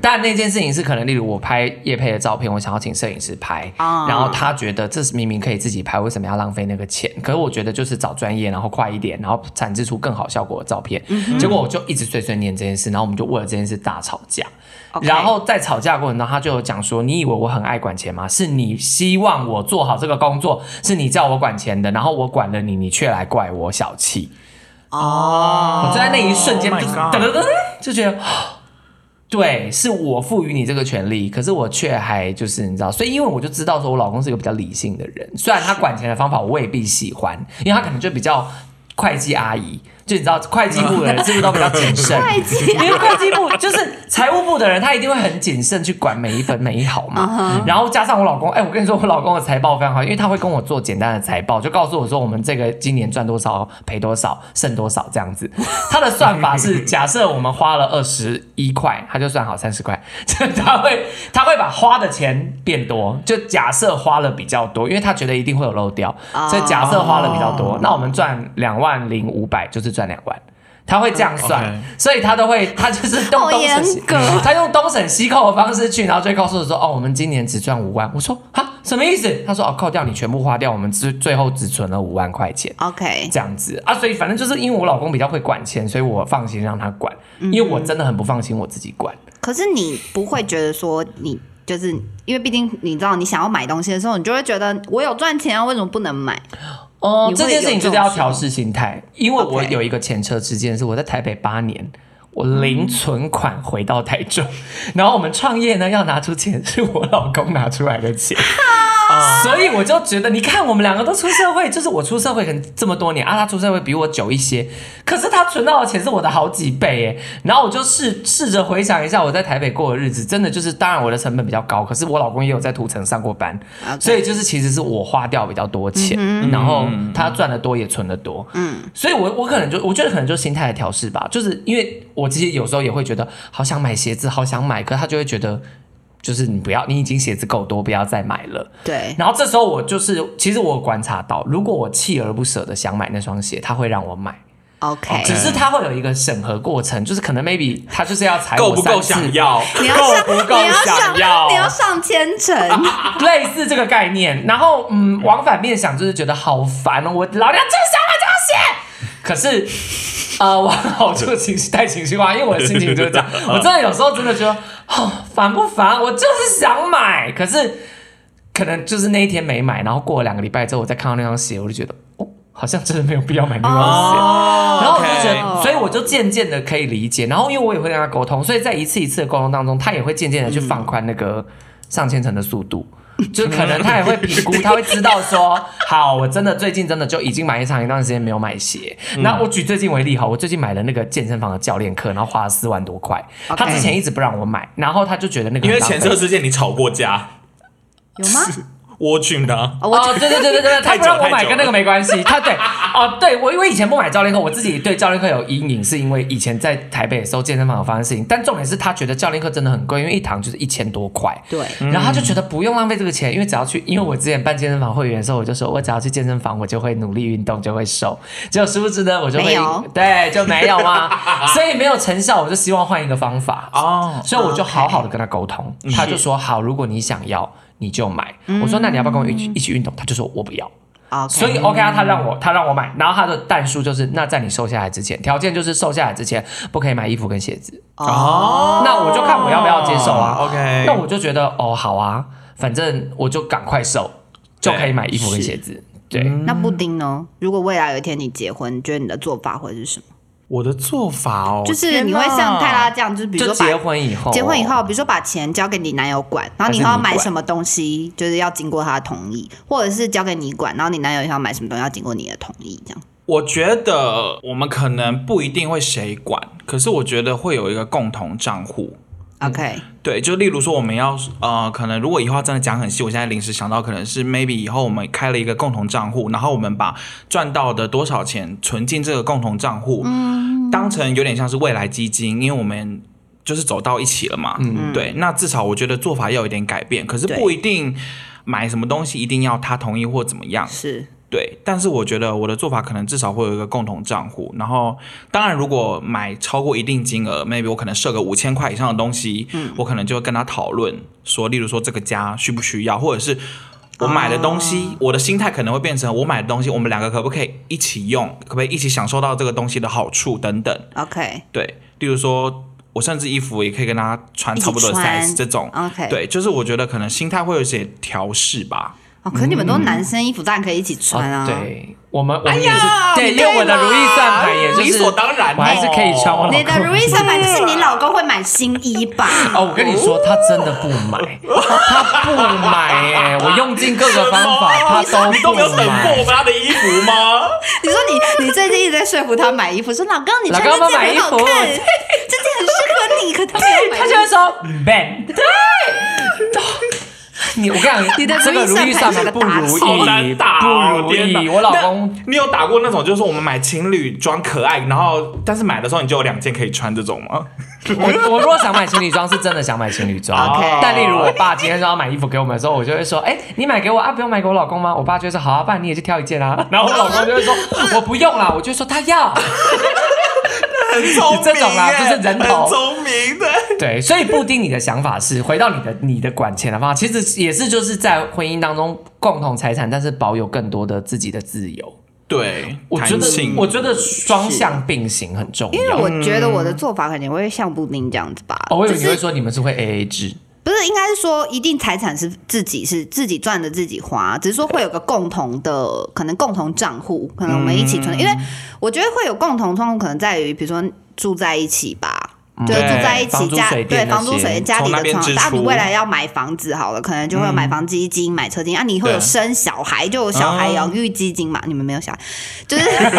Speaker 2: 但那件事情是可能，例如我拍叶佩的照片，我想要请摄影师拍
Speaker 1: 啊
Speaker 2: 然后他觉得这是明明可以自己拍，为什么要浪费那个钱？可是我觉得就是找专业，然后快一点，然后产制出更好效果的照片。结果我就一直碎碎念这件事，然后我们就为了这件事大吵架。
Speaker 1: OK
Speaker 2: 然后在吵架过程中，他就有讲说：“你以为我很爱管钱吗？是你希望我做好这个工作，是你叫我管钱的，然后我管了你，你却来怪我小气。
Speaker 1: 哦
Speaker 2: 我就在那一瞬间
Speaker 3: Oh my
Speaker 2: 就是
Speaker 3: God
Speaker 2: 噔噔噔，就觉得。 啊对，是我赋予你这个权利，可是我却还就是你知道，所以因为我就知道说我老公是一个比较理性的人，虽然他管钱的方法我未必喜欢，因为他可能就比较会计阿姨，就你知道会计 部的人是不是都比较谨慎？
Speaker 1: 会计
Speaker 2: 因为会计部就是财务部的人，他一定会很谨慎去管每一分每一毫嘛。然后加上我老公，哎、我跟你说，我老公的财报非常好，因为他会跟我做简单的财报，就告诉我说我们这个今年赚多少、赔多少、剩多少这样子。 他的算法是，假设我们花了二十一块，他就算好三十块， 就他会他会把花的钱变多，就假设花了比较多，因为他觉得一定会有漏掉，所以假设花了比较多，那我们赚两万零五百就是赚两万。他会这样算
Speaker 3: OK
Speaker 2: 所以他都会，他就是用
Speaker 1: 好
Speaker 2: 东省
Speaker 1: 严
Speaker 2: 西
Speaker 1: 格，
Speaker 2: 他用东省西扣的方式去，然后就会告诉我说，哦，我们今年只赚五万。我说啊，什么意思？他说哦，扣掉你全部花掉，我们最最后只存了五万块钱。
Speaker 1: ，OK，
Speaker 2: 这样子啊，所以反正就是因为我老公比较会管钱，所以我放心让他管，
Speaker 1: 嗯
Speaker 2: 因为我真的很不放心我自己管。
Speaker 1: 可是你不会觉得说你就是因为毕竟你知道你想要买东西的时候，你就会觉得我有赚钱啊，为什么不能买？
Speaker 2: 哦
Speaker 1: 你会
Speaker 2: 这件事情就是要调试心态，因为我
Speaker 1: OK
Speaker 2: 有一个前车之鉴，是我在台北八年。我零存款回到台中，然后我们创业呢，要拿出钱是我老公拿出来 的钱，所以我就觉得，你看我们两个都出社会，就是我出社会可能这么多年啊，他出社会比我久一些，可是他存到的钱是我的好几倍耶。然后我就试试着回想一下我在台北过的日子，真的就是，当然我的成本比较高，可是我老公也有在土城上过班
Speaker 1: OK
Speaker 2: 所以就是其实是我花掉比较多钱，
Speaker 3: 嗯
Speaker 2: 然后他赚的多也存的多，嗯，所以我我可能就我觉得可能就心态的调试吧，就是因为我其实有时候也会觉得好想买鞋子，好想买，可他就会觉得。就是你不要，你已经鞋子够多，不要再买了。
Speaker 1: 对，
Speaker 2: 然后这时候我就是，其实我有观察到，如果我锲而不舍的想买那双鞋，他会让我买，
Speaker 1: OK，
Speaker 2: 哦
Speaker 3: 哎
Speaker 2: 只是他会有一个审核过程，就是可能 maybe 他就是要踩
Speaker 3: 够
Speaker 2: 我
Speaker 3: 不够
Speaker 2: 三次
Speaker 3: 想要？
Speaker 1: 你要上，
Speaker 3: 够不够
Speaker 1: 你要上，
Speaker 3: 想要
Speaker 1: 你要上千层，
Speaker 2: 类似这个概念。然后嗯，往反面想就是觉得好烦哦，我老娘就是想买这双鞋。可是，呃，往好处情绪太情绪化，因为我的心情就是这样。我真的有时候真的觉得，哦，烦不烦？我就是想买，可是可能就是那一天没买，然后过了两个礼拜之后，我再看到那双鞋，我就觉得哦，好像真的没有必要买那双鞋。
Speaker 1: 哦
Speaker 2: 然后我就
Speaker 3: OK
Speaker 2: 觉得，所以我就渐渐的可以理解。然后因为我也会跟他沟通，所以在一次一次的沟通当中，他也会渐渐的去放宽那个
Speaker 1: 嗯
Speaker 2: 上千层的 速度。就可能他也会评估，他会知道说，好，我真的最近真的就已经蛮长一段时间没有买鞋。
Speaker 1: 嗯
Speaker 2: 那我举最近为例好，我最近买了那个健身房的教练课，然后花了四万多块。
Speaker 1: OK
Speaker 2: 他之前一直不让我买，然后他就觉得那个
Speaker 3: 因
Speaker 2: 很
Speaker 3: 为
Speaker 2: 浪费
Speaker 3: 前车之鉴你吵过架，
Speaker 1: 有吗？
Speaker 3: 我去呢，
Speaker 1: 哦，
Speaker 2: 哦，
Speaker 1: 我
Speaker 2: 对对对对对，他
Speaker 3: 太久
Speaker 2: 不让我
Speaker 3: 太
Speaker 2: 买
Speaker 3: 久
Speaker 2: 跟那个没关系。他对，哦，对我因为以前不买教练课，我自己对教练课有阴影，是因为以前在台北的时候健身房有发生事情。但重点是他觉得教练课真的很贵，因为一堂就是一千多块。
Speaker 1: 对，
Speaker 2: 然后他就觉得不用浪费这个钱，因为只要去，因为我之前办健身房会员的时候，我就说我只要去健身房，我就会努力运动，就会瘦。结果殊不知呢，我就
Speaker 1: 没
Speaker 2: 会
Speaker 1: 有
Speaker 2: 对就没有嘛，所以没有成效，我就希望换一个方法
Speaker 3: 哦
Speaker 2: 所以我就好好的跟他沟通，
Speaker 3: 啊
Speaker 2: 他就说好，如果你想要你就买。
Speaker 3: 嗯
Speaker 2: 我说那你要不要跟我一起一起运动？他就说我不要。
Speaker 1: 哦 OK，
Speaker 2: 所以 OK 啊，他让我他让我买，然后他的弹数就是那在你瘦下来之前，条件就是瘦下来之前不可以买衣服跟鞋子。
Speaker 3: 哦
Speaker 2: 那我就看我要不要接受啊。
Speaker 3: 哦，OK
Speaker 2: 那我就觉得哦，好啊，反正我就赶快瘦，就
Speaker 3: 对
Speaker 2: 可以买衣服跟鞋子。
Speaker 3: 哎
Speaker 2: 对，
Speaker 3: 嗯
Speaker 1: 那布丁呢？如果未来有一天你结婚，你觉得你的做法会是什么？
Speaker 3: 我的做法哦，
Speaker 1: 就是你会像泰拉这样，就是比如
Speaker 2: 就
Speaker 1: 说
Speaker 2: 结
Speaker 1: 把。
Speaker 2: 婚以后，
Speaker 1: 结婚以后，比如说把钱交给你男友管，然后你以后要买什么东西，就是要经过他的同意，或者是交给你管，然后你男友以后要买什么东西要经过你的同意，这样。
Speaker 3: 我觉得我们可能不一定会谁管，可是我觉得会有一个共同账户。
Speaker 2: 嗯
Speaker 1: OK，
Speaker 3: 对，就例如说我们要呃，可能如果以后要真的讲很细，我现在临时想到可能是 maybe 以后我们开了一个共同账户，然后我们把赚到的多少钱存进这个共同账户，当成有点像是未来基金，因为我们。就是走到一起了嘛，嗯，对，那至少我觉得做法要有一点改变，可是
Speaker 1: 对
Speaker 3: 不一定买什么东西一定要他同意或怎么样，
Speaker 1: 是
Speaker 3: 对，但是我觉得我的做法可能至少会有一个共同账户，然后当然如果买超过一定金额，maybe 我可能设个五千块以上的东西，
Speaker 1: 嗯
Speaker 3: 我可能就会跟他讨论说，例如说这个家需不需要，或者是我买的东西，
Speaker 1: 啊
Speaker 3: 我的心态可能会变成我买的东西，我们两个可不可以一起用，可不可以一起享受到这个东西的好处等等。
Speaker 1: OK
Speaker 3: 对，例如说我甚至衣服也可以跟他穿
Speaker 1: 一起
Speaker 3: 差不多的
Speaker 1: 穿
Speaker 3: size 这种，
Speaker 1: OK，，
Speaker 3: 对，就是我觉得可能心态会有一些调试吧。
Speaker 1: 哦，可是你们都男生衣服，当然可以一起穿啊。
Speaker 2: 哦，对，我们我们也是
Speaker 1: 呀
Speaker 2: 对，
Speaker 1: 你
Speaker 2: 因为我的
Speaker 1: 对
Speaker 2: 如
Speaker 1: 嘛
Speaker 2: 意算盘也就是
Speaker 3: 哎理所当然
Speaker 2: 我还是可以穿 我老
Speaker 1: 你
Speaker 2: 公
Speaker 1: 的如意算盘就是你老公会买新衣吧？
Speaker 2: 哦，我跟你说，他真的不买，他不买哎、我用尽各个方法，他都
Speaker 1: 哦
Speaker 3: 你都没有
Speaker 2: 不
Speaker 3: 等过
Speaker 2: 买
Speaker 3: 我们。家的衣服吗？
Speaker 1: 你说你你最近一直在说服他买衣服，说老公你
Speaker 2: 老
Speaker 1: 穿
Speaker 2: 公
Speaker 1: 这件
Speaker 2: 帮我买衣
Speaker 1: 很
Speaker 2: 服
Speaker 1: 好看， 这件很适合你，哎可他没有买。
Speaker 2: 他就会说 ban，对，你我跟你讲，
Speaker 1: 你的
Speaker 2: 这个如
Speaker 1: 如
Speaker 2: 意
Speaker 1: 意
Speaker 2: 算
Speaker 1: 算盘
Speaker 2: 盘
Speaker 1: 是个打
Speaker 2: 不如
Speaker 1: 手
Speaker 3: 好
Speaker 2: 意，
Speaker 3: 难打
Speaker 2: 不
Speaker 3: 哦、
Speaker 2: 如
Speaker 3: 天哪
Speaker 2: 意。我老公
Speaker 3: 那你有打过那种，就是我们买情侣装可爱，然后但是买的时候你就有两件可以穿这种吗？
Speaker 2: 我我如果想买情侣装，是真的想买情侣装。
Speaker 1: OK
Speaker 2: 但例如我爸今天说要买衣服给我们的时候，我就会说：“哎、你买给我啊，不用买给我老公吗？”我爸就会说：“好啊，不然你也去挑一件啊。”然后我老公就会说：“ 我不用啦。”我就会说他要。
Speaker 3: 很聪
Speaker 2: 这种啦
Speaker 3: 耶
Speaker 1: 哎
Speaker 2: 就是人头
Speaker 3: 很聪明的。
Speaker 2: 对，所以布丁，你的想法是回到你的你的管钱的方法，其实也是就是在婚姻当中共同财产，但是保有更多的自己的自由。
Speaker 3: 对，
Speaker 2: 我觉
Speaker 3: 弹
Speaker 2: 得
Speaker 3: 性，
Speaker 2: 我觉得双向并行很重要。
Speaker 1: 因为我觉得我的做法肯定会像布丁这样子吧，
Speaker 2: 哦，我以
Speaker 1: 就
Speaker 2: 为你会
Speaker 1: 是
Speaker 2: 说你们是会 A A 制，
Speaker 1: 不是应该是说一定财产是自己是自己赚的自己花，只是说会有个共同的可能共同账户，可能我们一起
Speaker 3: 嗯
Speaker 1: 存，因为我觉得会有共同账户，可能在于比如说住在一起吧。就是住在一
Speaker 2: 房
Speaker 1: 起
Speaker 2: 租
Speaker 1: 家
Speaker 2: 水电
Speaker 1: 对
Speaker 2: 那
Speaker 1: 房租
Speaker 2: 些
Speaker 1: 水电家里
Speaker 3: 从那
Speaker 1: 的
Speaker 3: 边
Speaker 1: 床，
Speaker 3: 支
Speaker 1: 那你
Speaker 3: 出嗯
Speaker 1: 未来要买房子好了，可能就会有买房基金、买车基金啊，你会有
Speaker 3: 对
Speaker 1: 生小孩就有小孩
Speaker 3: 哦
Speaker 1: 养育基金嘛，你们没有小孩，就是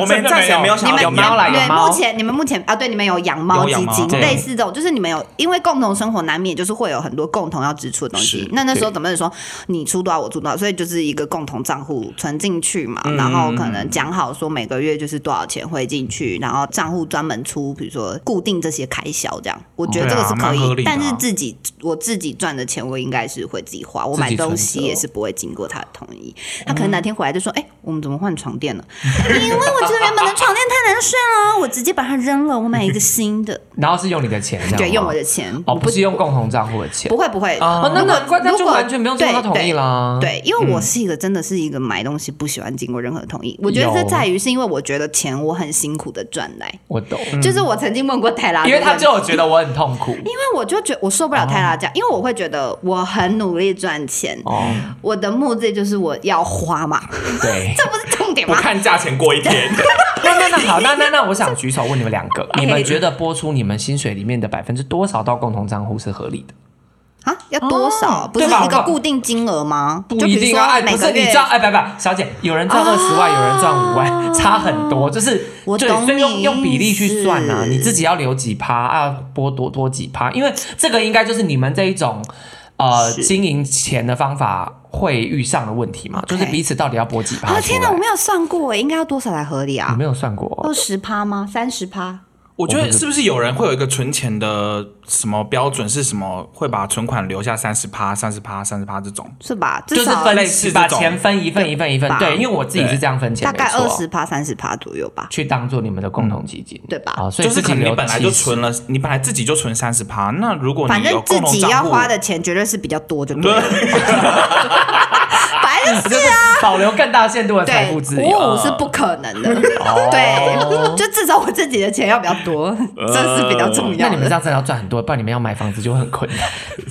Speaker 3: 我们暂时也没有
Speaker 2: 真
Speaker 3: 想
Speaker 2: 的
Speaker 3: 要
Speaker 2: 没有你们有
Speaker 3: 养
Speaker 2: 猫啦有
Speaker 1: 对，
Speaker 2: 猫
Speaker 1: 目前你们目前啊，对，你们有养猫
Speaker 3: 有养
Speaker 1: 基
Speaker 3: 猫
Speaker 1: 金，
Speaker 2: 对
Speaker 1: 类似这种，就是你们有，因为共同生活难免就是会有很多共同要支出的东西
Speaker 3: 是。
Speaker 1: 那那时候怎么是说你出多少我出多少，所以就是一个共同账户存进去嘛，
Speaker 3: 嗯
Speaker 1: 然后可能讲好说每个月就是多少钱汇进去，然后账户专门出，比如说固定这些开销这样。我觉得这个是可
Speaker 3: 对啊蛮合
Speaker 1: 以，
Speaker 3: 理的啊
Speaker 1: 但是自己我自己赚的钱，我应该是会自己花，我买东西也是不会经过他 的同意。他可能哪天回来就说：“哎、我们怎么换床垫了？”因为我觉得原本的床垫太难能睡了，我直接把它扔了，我买一个新 的。
Speaker 2: 然后是用你的钱，这样
Speaker 1: 对，
Speaker 2: 吗
Speaker 1: 用我的钱，
Speaker 2: 哦，不是用共同账户的钱
Speaker 1: 不会不会。
Speaker 2: 哦，那
Speaker 1: 如果
Speaker 2: 难怪那
Speaker 1: 如
Speaker 2: 就
Speaker 1: 果
Speaker 2: 完全不用经过他同意嗯啦。
Speaker 1: 对，因为我是一个真的是一个买东西不喜欢经过任何同意，我觉得这
Speaker 2: 有
Speaker 1: 在于是因为我觉得钱我很辛苦的赚来，
Speaker 2: 我懂，
Speaker 1: 就是我曾经问过泰拉，
Speaker 2: 嗯因为他就有觉得我很痛 苦
Speaker 1: 因为我就觉我受不了泰拉这样，因为我会觉得我很努力赚钱，
Speaker 2: 哦，
Speaker 1: 我的目的就是我要花嘛，
Speaker 2: 对。
Speaker 1: 这不是重点
Speaker 3: 不
Speaker 1: 吗？
Speaker 3: 看价钱过一 天，
Speaker 2: 那那那好，那那那，我想举手问你们两 个，你们觉得拨出你们薪水里面的百分之多少到共同账户是合理 的？
Speaker 1: 啊，要多少？不是
Speaker 2: 对吧
Speaker 1: 一个固定金额吗？就
Speaker 2: 不
Speaker 1: 比
Speaker 2: 一
Speaker 1: 如
Speaker 2: 定
Speaker 1: 说
Speaker 2: 啊，哎，
Speaker 1: 每
Speaker 2: 不
Speaker 1: 个
Speaker 2: 是你
Speaker 1: 月
Speaker 2: 知道，哎，不不，小姐，有人赚二十万，有人赚五万，差很 多，就是
Speaker 1: 我
Speaker 2: 对，
Speaker 1: 懂
Speaker 2: 所以用
Speaker 1: 你
Speaker 2: 用比例去算啊，
Speaker 1: 意思
Speaker 2: 你自己要留几趴啊，拨多多几趴，因为这个应该就是你们这一种呃
Speaker 1: 是
Speaker 2: 经营钱的方法会遇上的问题嘛，就是
Speaker 1: OK
Speaker 2: 彼此到底要拨几趴出
Speaker 1: 啊，
Speaker 2: 来？
Speaker 1: 天哪，我没有算过哎，应该要多少才合理
Speaker 2: 你
Speaker 1: 啊？
Speaker 2: 没有算过哦
Speaker 1: 二十趴吗？三十趴？
Speaker 3: 我觉得是不是有人会有一个存钱的什么标准？是什么会把存款留下三十趴、三十趴、三十趴这种？
Speaker 1: 是吧？
Speaker 2: 就
Speaker 1: 至
Speaker 2: 是
Speaker 1: 少
Speaker 2: 分
Speaker 3: 类似这
Speaker 2: 把
Speaker 3: 种
Speaker 2: 钱分一份一份一份
Speaker 1: 吧，
Speaker 2: 对，因为我自己是这样分钱，
Speaker 1: 大概
Speaker 2: 没错
Speaker 1: 二十趴、三十趴左右吧。
Speaker 2: 去当做你们的共同基金，
Speaker 1: 对吧
Speaker 2: 啊，所以
Speaker 3: 就是可能
Speaker 2: 留
Speaker 3: 你本来就
Speaker 2: 70
Speaker 3: 存了，你本来自己就存三十趴，那如
Speaker 2: 哦
Speaker 3: 果
Speaker 1: 反
Speaker 3: 你有
Speaker 1: 正
Speaker 3: 共
Speaker 1: 自
Speaker 3: 同
Speaker 1: 己
Speaker 3: 账
Speaker 1: 要
Speaker 3: 户，
Speaker 1: 花的钱绝对是比较多，就对了。
Speaker 3: 对，
Speaker 1: 反正
Speaker 2: 就是保留更大限度的 财
Speaker 1: 啊对
Speaker 2: 富自由。啊
Speaker 1: 五五是不可能的，
Speaker 2: 哦呃
Speaker 1: 对，就至少我自己的钱要比较多，这是比较重
Speaker 2: 那
Speaker 1: 要
Speaker 2: 你们这
Speaker 1: 的。
Speaker 2: 样真的要赚很多，不然你们要买房子就会很困 难。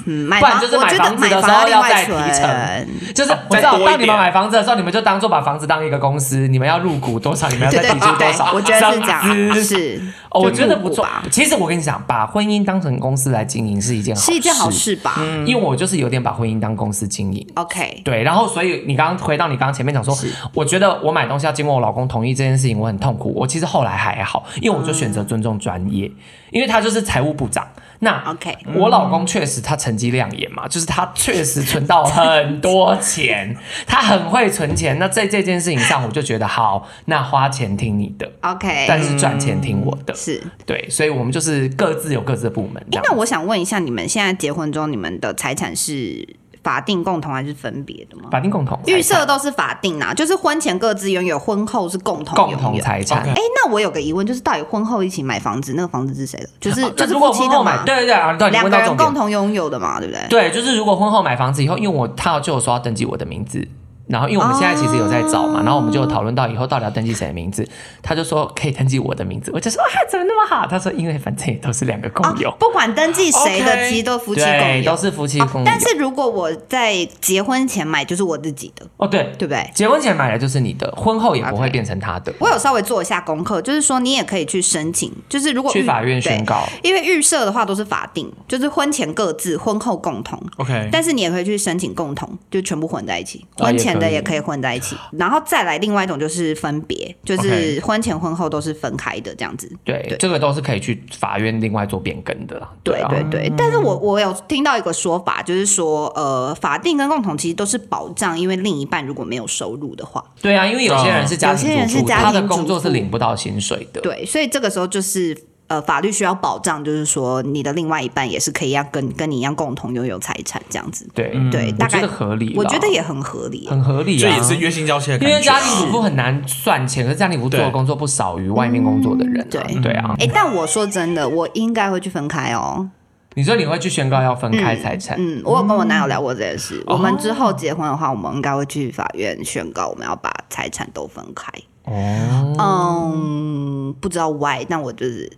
Speaker 1: 嗯买
Speaker 2: 不然
Speaker 1: 房，
Speaker 2: 就是
Speaker 1: 我觉得
Speaker 2: 房子
Speaker 1: 买
Speaker 2: 的时
Speaker 1: 房
Speaker 2: 候
Speaker 1: 另
Speaker 2: 要
Speaker 1: 外
Speaker 2: 再提
Speaker 1: 存。
Speaker 2: 成，就是我知
Speaker 3: 哦再
Speaker 2: 道，
Speaker 3: 多一
Speaker 2: 当你们
Speaker 3: 点
Speaker 2: 买房子的时候，你们就当做把房子当一个公司，你们要入股多少，你们要
Speaker 1: 对
Speaker 2: 再
Speaker 1: 对
Speaker 2: 提出
Speaker 1: 对
Speaker 2: 多
Speaker 1: 对
Speaker 2: 少，，
Speaker 1: 我觉得是这样，
Speaker 2: 子
Speaker 1: 是
Speaker 2: 哦，我
Speaker 1: 就
Speaker 2: 觉得
Speaker 1: 入
Speaker 2: 不
Speaker 1: 股
Speaker 2: 错
Speaker 1: 吧。
Speaker 2: 其实我跟你讲，把婚姻当成公司来经营是一嗯件好
Speaker 1: 是一件好，嗯事吧
Speaker 2: 因为我就是有点把婚姻当公司经营。
Speaker 1: ？OK，
Speaker 2: 对，然后所以你刚刚回到你刚刚前面讲说，我觉得我买东西要经过我老公同意这件事情，我很痛苦。我其实后来还好，因为我就选
Speaker 1: 嗯
Speaker 2: 择尊重专业，因为他就是财务部长。那
Speaker 1: OK
Speaker 2: 我老公确实他成绩亮眼
Speaker 1: 嗯
Speaker 2: 嘛，就是他确实存到很多钱， 他很会存钱。那在这件事情上，我就觉得好，那花钱听你的，但
Speaker 1: OK，
Speaker 2: 是赚钱听我的。
Speaker 1: 是。
Speaker 2: 对，所以我们就是各自有各自的部门。这
Speaker 1: 哎，
Speaker 2: 样
Speaker 1: 那我想问一下，你们现在结婚之后，你们的财产是法定共同还是分别的吗？
Speaker 2: 法定共同
Speaker 1: 预
Speaker 2: 财产
Speaker 1: 设都是法定啦，就是婚前各自拥有，婚后是共同
Speaker 2: 共
Speaker 1: 拥
Speaker 2: 同
Speaker 1: 有。
Speaker 2: 财产
Speaker 3: OK
Speaker 1: 哎、那我有个疑问，就是到底婚后一起买房子，那个房子是谁的？就是、
Speaker 2: 哦
Speaker 1: 就是
Speaker 2: 如果
Speaker 1: 夫妻
Speaker 2: 婚
Speaker 1: 的
Speaker 2: 后买，
Speaker 1: 嘛，
Speaker 2: 对对对，啊，对你
Speaker 1: 两
Speaker 2: 问
Speaker 1: 个
Speaker 2: 到
Speaker 1: 人
Speaker 2: 重点
Speaker 1: 共。同拥有的嘛，对不对？
Speaker 2: 对，就是如果婚后买房子以后，因为我他就有说要登记我的名字，然后因为我们现在其实有在找
Speaker 1: 哦
Speaker 2: 嘛，然后我们就有讨论到以后到底要登记谁的名字，他就说可以登记我的名字，我就说啊怎么那么好？他说因为反正也都是两个共有，
Speaker 1: 啊，不管登记谁的
Speaker 3: OK
Speaker 1: 其实都夫妻共
Speaker 2: 对，
Speaker 1: 有。啊哦
Speaker 2: 都是夫妻共有。
Speaker 1: 但是如果我在结婚前买，就是我自己的，
Speaker 2: 哦对，
Speaker 1: 对不对？
Speaker 2: 结婚前买的就是你的，婚后也不会
Speaker 1: OK
Speaker 2: 变成他的。
Speaker 1: 啊我有稍微做一下功课，就是说你也可以去申请，就是如果
Speaker 2: 去
Speaker 1: 预
Speaker 2: 法院宣
Speaker 1: 对
Speaker 2: 告，
Speaker 1: 因为预设的话都是法定，就是婚前各自，婚后共同。
Speaker 3: OK，
Speaker 1: 但是你也可以去申请共同，就全部混在一起，
Speaker 2: 啊
Speaker 1: 婚前的
Speaker 2: 也
Speaker 1: 也
Speaker 2: 可
Speaker 1: 可以混在一起，然后再来另外一种就是分别，就是
Speaker 3: OK
Speaker 1: 婚前婚后都是分开的这样子。
Speaker 2: 对
Speaker 1: 对，
Speaker 2: 这个都是可以去法院另外做变更的啦。
Speaker 1: 对
Speaker 2: 啊
Speaker 1: 对对，但是我我有听到一个说法，就是说，呃，法定跟共同其实都是保障，因为另一半如果没有收入的话，
Speaker 2: 对啊，因为有些人是家
Speaker 1: 有些
Speaker 2: 庭
Speaker 1: 人
Speaker 2: 主
Speaker 1: 是
Speaker 2: 妇，
Speaker 1: 家
Speaker 2: 他的
Speaker 1: 庭
Speaker 2: 工
Speaker 1: 主
Speaker 2: 作是
Speaker 1: 妇
Speaker 2: 领不到薪水的。
Speaker 1: 对，所以这个时候就是呃，法律需要保障，就是说你的另外一半也是可以要跟跟你一样共同拥有财产这样子。
Speaker 2: 对
Speaker 1: 对，
Speaker 2: 我
Speaker 1: 大
Speaker 2: 觉
Speaker 1: 概
Speaker 2: 得合理啦，
Speaker 1: 我觉得也很合理。
Speaker 2: 很合理啊，
Speaker 3: 这也是月薪娇妻的感
Speaker 2: 因
Speaker 3: 觉，
Speaker 2: 为家庭主妇很难算钱，可是家庭主妇做的
Speaker 3: 对
Speaker 2: 工作不少于外面工作的人、啊
Speaker 1: 对
Speaker 2: 对啊。
Speaker 1: 哎、但我说真的，我应该会去分开哦。
Speaker 2: 你说你会去宣告要分开财产，
Speaker 1: 嗯，我有跟我男友聊过这件事。我们之后结婚的话，我们应该会去法院宣告我们要把财产都分开。
Speaker 3: 嗯
Speaker 2: 哦
Speaker 1: 嗯，不知道 why，但我就是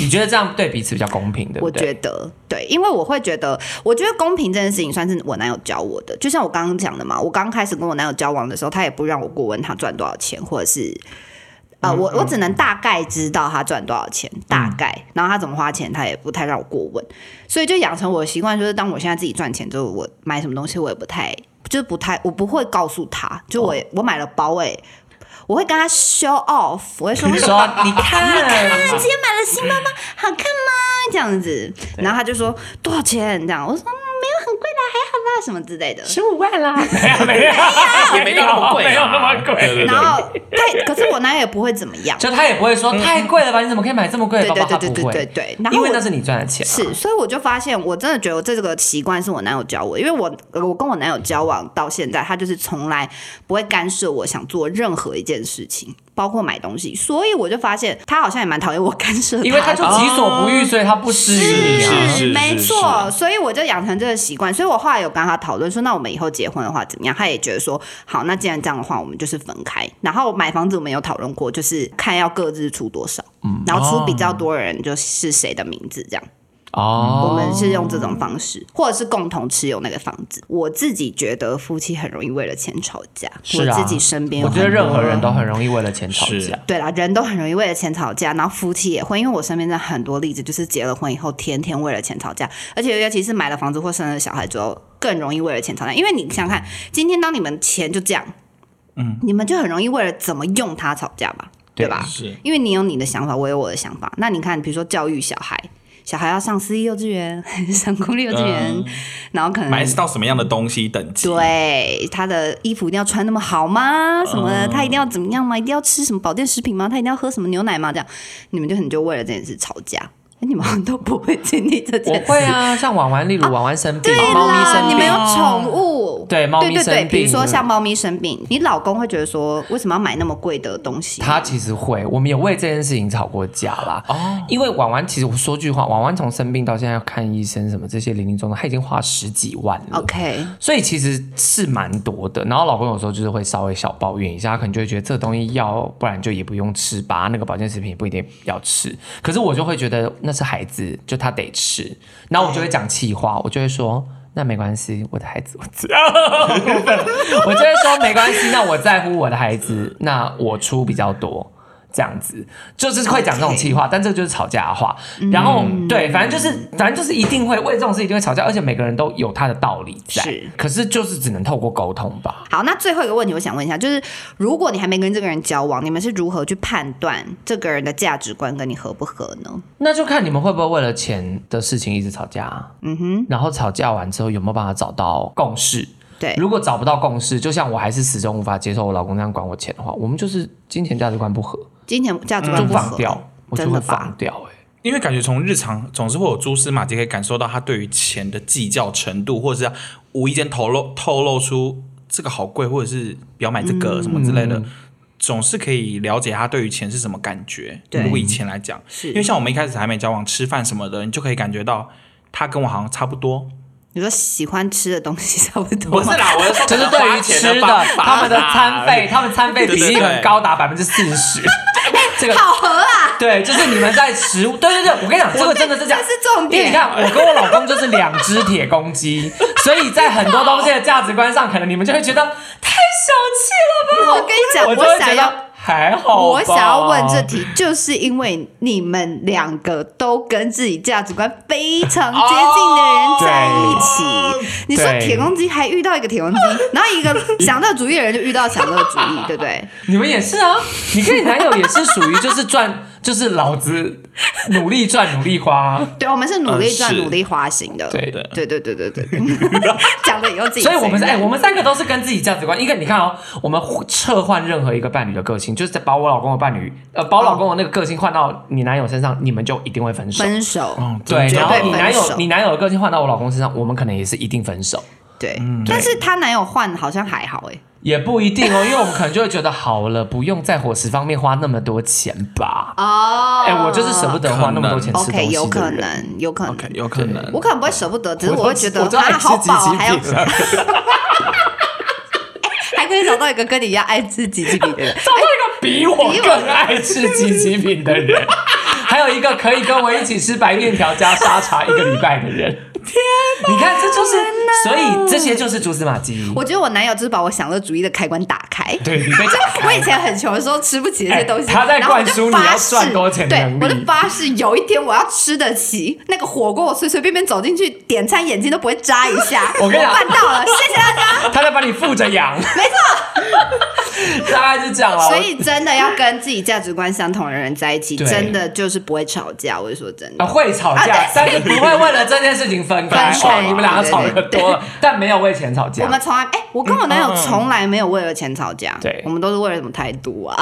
Speaker 2: 你觉得这样对彼此比较公平，对不
Speaker 1: 我
Speaker 2: 对？
Speaker 1: 觉得对，因为我会觉得，我觉得公平这件事情算是我男友教我的。就像我刚刚讲的嘛，我刚开始跟我男友交往的时候，他也不让我过问他赚多少钱，或者是。呃，
Speaker 2: 嗯
Speaker 1: 我我只能大概知道他赚多少钱，大概，然后他怎么花钱，他也不太让我过问，所以就养成我的习惯，就是当我现在自己赚钱之后，我买什么东西我也不太，就是不太，我不会告诉他，就
Speaker 2: 哦
Speaker 1: 我也、我买了包、欸，我会跟他 show off，我会说，
Speaker 2: 你说 你看，
Speaker 1: 今天买了新 包包，好看吗？这样子，然后他就说多少钱？这样，我说、嗯、没有很贵啦，还好啦，什么之类的。
Speaker 2: 十五万啦，没有没有，
Speaker 3: 也没到那么贵啊
Speaker 2: 没有那么
Speaker 3: 对
Speaker 2: 贵
Speaker 3: 对。
Speaker 1: 然后他，可是我男友也不会怎么 样。
Speaker 2: 就他也不会说太贵了吧？你怎么可以买这么贵
Speaker 1: 对
Speaker 2: 的包
Speaker 1: 对
Speaker 2: 包？他
Speaker 1: 对
Speaker 2: 不
Speaker 1: 对对对
Speaker 2: 会，
Speaker 1: 对。然后
Speaker 2: 因
Speaker 1: 我
Speaker 2: 为那是你赚的钱啊。
Speaker 1: 是，所以我就发现，我真的觉得这个习惯是我男友教我，因为我呃我跟我男友交往到现在，他就是从来不会干涉我想做任何一件事情。包括买东西，所以我就发现他好像也蛮讨厌我干涉的，
Speaker 2: 因为他就己所不欲，所以他不施于你
Speaker 3: 是
Speaker 2: 啊。
Speaker 3: 是
Speaker 1: 没
Speaker 3: 是
Speaker 1: 错，所以我就养成这个习惯。所以我后来有跟他讨论说，那我们以后结婚的话怎么样？他也觉得说，好，那既然这样的话，我们就是分开。然后买房子我们有讨论过，就是看要各自出多少，
Speaker 2: 嗯
Speaker 1: 然后出比较多的人就是谁的名字这样。
Speaker 2: 哦，
Speaker 1: 我们是用这种方式，或者是共同持有那个房子。我自己觉得夫妻很容易为了钱吵架，
Speaker 2: 是啊
Speaker 1: 我自己身边有
Speaker 2: 我觉得
Speaker 1: 很多啊
Speaker 2: 任何人都很容易为了钱吵
Speaker 3: 是
Speaker 2: 架。
Speaker 1: 对啦，人都很容易为了钱吵架，然后夫妻也会，因为我身边真的很多例子，就是结了婚以后天天为了钱吵架，而且尤其是买了房子或生了小孩之后，更容易为了钱吵架。因为你想想看，今天当你们钱就这样，嗯，你们就很容易为了怎么用它吵架吧，对
Speaker 2: 对
Speaker 1: 吧？
Speaker 3: 是
Speaker 1: 因为你有你的想法，我有我的想法。那你看，比如说教育小孩，小孩要上私立幼稚园， 上公立幼稚园，
Speaker 3: 嗯
Speaker 1: 然后可能
Speaker 3: 买到什么样的东西等级？
Speaker 1: 对，他的衣服一定要穿那么好
Speaker 2: 嗯
Speaker 1: 吗？什么的，他一定要怎么样吗？一定要吃什么保健食品吗？他一定要喝什么牛奶吗？这样，你们就很就为了这件事吵架。哎你们好像都不会经历这
Speaker 2: 我
Speaker 1: 件事，
Speaker 2: 会啊，像婉婉，例如婉婉生病，
Speaker 1: 对
Speaker 2: 猫咪
Speaker 1: 啦，
Speaker 2: 生
Speaker 1: 你们有
Speaker 2: 病，
Speaker 1: 宠物，
Speaker 2: 对猫
Speaker 1: 对
Speaker 2: 咪
Speaker 1: 对
Speaker 2: 生
Speaker 1: 对，
Speaker 2: 病
Speaker 1: 比如说像猫咪生病，你老公会觉得说，为什么要买那么贵的东西？
Speaker 2: 他其实会，我们也为这件事情吵过架啦。
Speaker 3: 哦，
Speaker 2: 因为婉婉，其实我说句话，婉婉从生病到现在要看医生什么这些零零总总，她已经花十几万
Speaker 1: 哦
Speaker 2: 了。
Speaker 1: OK，
Speaker 2: 所以其实是蛮多的。然后老公有时候就是会稍微小抱怨一下，他可能就会觉得这东西要，不然就也不用吃吧，那个保健食品也不一定要吃。可是我就会觉得那是孩子，就他得吃。然后我就会讲气话，我就会说。那没关系，我的孩子，我知 道，好过分我就会说没关系，那我在乎我的孩子，那我出比较多，这样子就是会讲这种气话但这就是吵架的话。然后、对，反正就是反正就是一定会为这种事一定会吵架，而且每个人都有他的道理在。
Speaker 1: 是
Speaker 2: 可是就是只能透过沟通吧。
Speaker 1: 好，那最后一个问题，我想问一下，就是如果你还没跟这个人交往，你们是如何去判断这个人的价值观跟你合不合呢？
Speaker 2: 那就看你们会不会为了钱的事情一直吵架、嗯哼，然后吵架完之后有没有办法找到共识？
Speaker 1: 对，
Speaker 2: 如果找不到共识，就像我还是始终无法接受我老公这样管我钱的话，我们就是金钱价值观不合，
Speaker 1: 金钱价值
Speaker 2: 就
Speaker 1: 观不
Speaker 2: 放
Speaker 1: 合，
Speaker 2: 掉，我就
Speaker 1: 真
Speaker 2: 会
Speaker 1: 的吧
Speaker 2: 放掉、欸。
Speaker 3: 因为感觉从日常总是会有蛛丝马迹，可以感受到他对于钱的计较程度，或者是无意间透露透露出这个好贵，或者是不要买这个什么之类的，
Speaker 2: 嗯
Speaker 3: 总是可以了解他对于钱是什么感觉。
Speaker 1: 对
Speaker 3: 如果以前来讲，
Speaker 1: 是
Speaker 3: 因为像我们一开始还没交往，吃饭什么的，你就可以感觉到他跟我好像差不多。
Speaker 1: 你说喜欢吃的东西 差不多
Speaker 3: 不
Speaker 1: 吗
Speaker 3: 是啦，我是说
Speaker 2: 就是对于吃的，他们的 餐费，他们餐费比例
Speaker 3: 对对对
Speaker 2: 很高达百分之四 十。这个
Speaker 1: 好合啊，
Speaker 2: 对，就是你们在食物，对对对，我跟你讲，这个真的是这样
Speaker 1: 这。是重
Speaker 2: 因
Speaker 1: 点。
Speaker 2: 为你看，我跟我老公就是两只铁公鸡，所以在很多东西的价值观上，可能你们就会觉得太小气了吧。
Speaker 1: 我跟你讲，
Speaker 2: 我
Speaker 1: 我
Speaker 2: 就会觉
Speaker 1: 想要，
Speaker 2: 得还好吧。
Speaker 1: 我想要问这题，就是因为你们两个都跟自己价值观非常接近的人在一起。你说
Speaker 2: 对
Speaker 1: 铁公鸡还遇到一个铁公鸡，然后一 个享乐主义的人就遇到享乐主义，对不对？
Speaker 2: 你们也是啊，你跟你男友也是属于就是赚，就是老子努力赚努力花，
Speaker 1: 对，我们是努力赚、
Speaker 3: 嗯是
Speaker 1: 努力花型的。
Speaker 2: 对
Speaker 3: 的
Speaker 1: 对对对对 对，讲的以后自己
Speaker 2: 所
Speaker 1: 承认。
Speaker 2: 以我们是哎、我们三个都是跟自己价值观。一个你看哦，我们撤换任何一个伴侣的个性，就是在把我老公的伴侣，呃，把我老公的那个个性换到你男友身上，你们就一定会分手。
Speaker 1: 分手。
Speaker 3: 嗯，
Speaker 2: 对，
Speaker 3: 真的
Speaker 2: 然后
Speaker 1: 对
Speaker 2: 你男
Speaker 1: 分
Speaker 2: 友
Speaker 1: 手
Speaker 2: 你男友的个性换到我老公身上，我们可能也是一定分手，
Speaker 1: 对，
Speaker 2: 嗯
Speaker 1: 但是她男友换好像还好哎、
Speaker 2: 也不一定哦，因为我们可能就会觉得好了，不用在伙食方面花那么多钱吧。
Speaker 1: 哦，
Speaker 2: 哎、我就是舍不得花那么多钱吃东
Speaker 1: OK，
Speaker 2: 西
Speaker 1: 有哦可
Speaker 2: 的人。
Speaker 1: 能，有可能。
Speaker 3: OK，有可能
Speaker 1: 我可能不会舍不得，只是我会觉得
Speaker 2: 嗯我都爱
Speaker 1: 啊，
Speaker 2: 吃
Speaker 1: 好
Speaker 2: 鸡
Speaker 1: 饱啊，
Speaker 2: 鸡
Speaker 1: 还要
Speaker 2: 饼啊
Speaker 1: 还可以找到一个跟你一样爱吃鸡鸡 饼的人。哎
Speaker 2: 找到一个比我更爱吃鸡鸡饼的 人，还有一个可以跟我一起吃白面条加沙茶一个礼拜的人。天，你看这就是，所以这些就是蛛丝马迹。
Speaker 1: 我觉得我男友就是把我享乐主义的开关打开。
Speaker 2: 对你被打
Speaker 1: 我
Speaker 2: 开
Speaker 1: 以前很穷的时候吃不起这些东西，
Speaker 2: 哎他在
Speaker 1: 然后我就
Speaker 2: 灌输你
Speaker 1: 发
Speaker 2: 要
Speaker 1: 誓
Speaker 2: 赚多钱的
Speaker 1: 对
Speaker 2: 能，
Speaker 1: 我就
Speaker 2: 力
Speaker 1: 发誓有一天我要吃得起那个火锅，我随随便便走进去点餐，眼睛都不会眨一下。
Speaker 2: 我跟你讲
Speaker 1: 办到了，谢啊谢大家。
Speaker 2: 他在把你附着养，没错，大概是这样了。
Speaker 1: 所以真的要跟自己价值观相同的人在一起，
Speaker 2: 对
Speaker 1: 真的就是不会吵架。我就说真
Speaker 2: 啊，
Speaker 1: 的，
Speaker 2: 会吵
Speaker 1: 啊
Speaker 2: 架
Speaker 1: 对，
Speaker 2: 但是不会为了这件事情分开。
Speaker 1: 分手
Speaker 2: 哦，你们两个吵得多了，但没有为钱吵
Speaker 1: 我
Speaker 2: 架。
Speaker 1: 们从来哎、我跟我男友从来没有为了钱吵架，
Speaker 2: 对
Speaker 1: 我们都是为了什么态度 啊？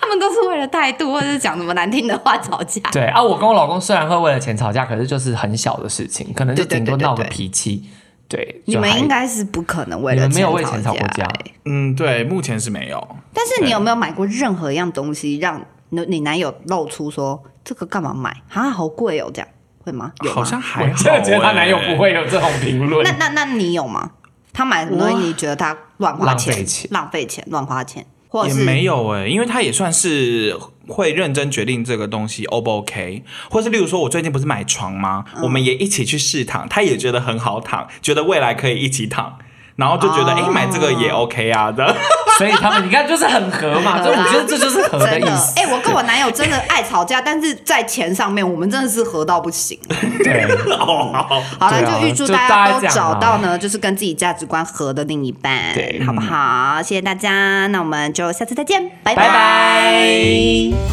Speaker 1: 他们都是为了态度，或者是讲什么难听的话吵架。
Speaker 2: 对啊，我跟我老公虽然会为了钱吵架，可是就是很小的事情，可能就
Speaker 1: 对对
Speaker 2: 顶多
Speaker 1: 对对
Speaker 2: 闹个
Speaker 1: 对
Speaker 2: 脾气。对，
Speaker 1: 你
Speaker 2: 就
Speaker 1: 们
Speaker 2: 还
Speaker 1: 应该是不可能为
Speaker 2: 你
Speaker 1: 了
Speaker 2: 们没有为
Speaker 1: 钱
Speaker 2: 钱吵过
Speaker 1: 架
Speaker 2: 架
Speaker 1: 欸。
Speaker 3: 嗯，对，目前是没有。
Speaker 1: 但是你有没有买过任何一样东西让你你男友露出说这个干嘛买啊？好贵哦，这样会吗？有吗
Speaker 3: 好像还
Speaker 2: 我
Speaker 3: 好、
Speaker 2: 真的觉得她男友
Speaker 3: 欸
Speaker 2: 不。会有这种 评论
Speaker 1: 那。那那你有吗？他买什么东西
Speaker 3: 我
Speaker 1: 你觉得他乱花
Speaker 2: 浪
Speaker 1: 钱？
Speaker 2: 费钱
Speaker 1: 浪费钱，乱花钱，或者
Speaker 3: 也
Speaker 1: 是
Speaker 3: 没有哎、因为他也算是会认真决定这个东西 O 不 OK，或是例如说，我最近不是买床吗？
Speaker 1: 嗯
Speaker 3: 我们也一起去试躺，他也觉得很好躺，觉得未来可以一起躺，然后就觉得
Speaker 1: 哦
Speaker 3: 哎、诶买这个也 OK 啊的。
Speaker 2: 所以他们你看就是很合嘛， 所以我觉得这就是合
Speaker 1: 真
Speaker 2: 意
Speaker 1: 的
Speaker 2: 思。，
Speaker 1: 哎、我跟我男友真的爱吵架，但是在钱上面，我们真的是合到不行。
Speaker 2: 对，
Speaker 3: 哦，
Speaker 1: 好了，
Speaker 2: 对啊
Speaker 1: 就预祝
Speaker 2: 就
Speaker 1: 大
Speaker 2: 大
Speaker 1: 家
Speaker 2: 家
Speaker 1: 都
Speaker 2: 这样
Speaker 1: 找
Speaker 2: 啊
Speaker 1: 到呢，就是跟自己价值观合的另一半，
Speaker 2: 对
Speaker 1: 好不好？谢谢大家，那我们就下次再见，拜
Speaker 2: 拜拜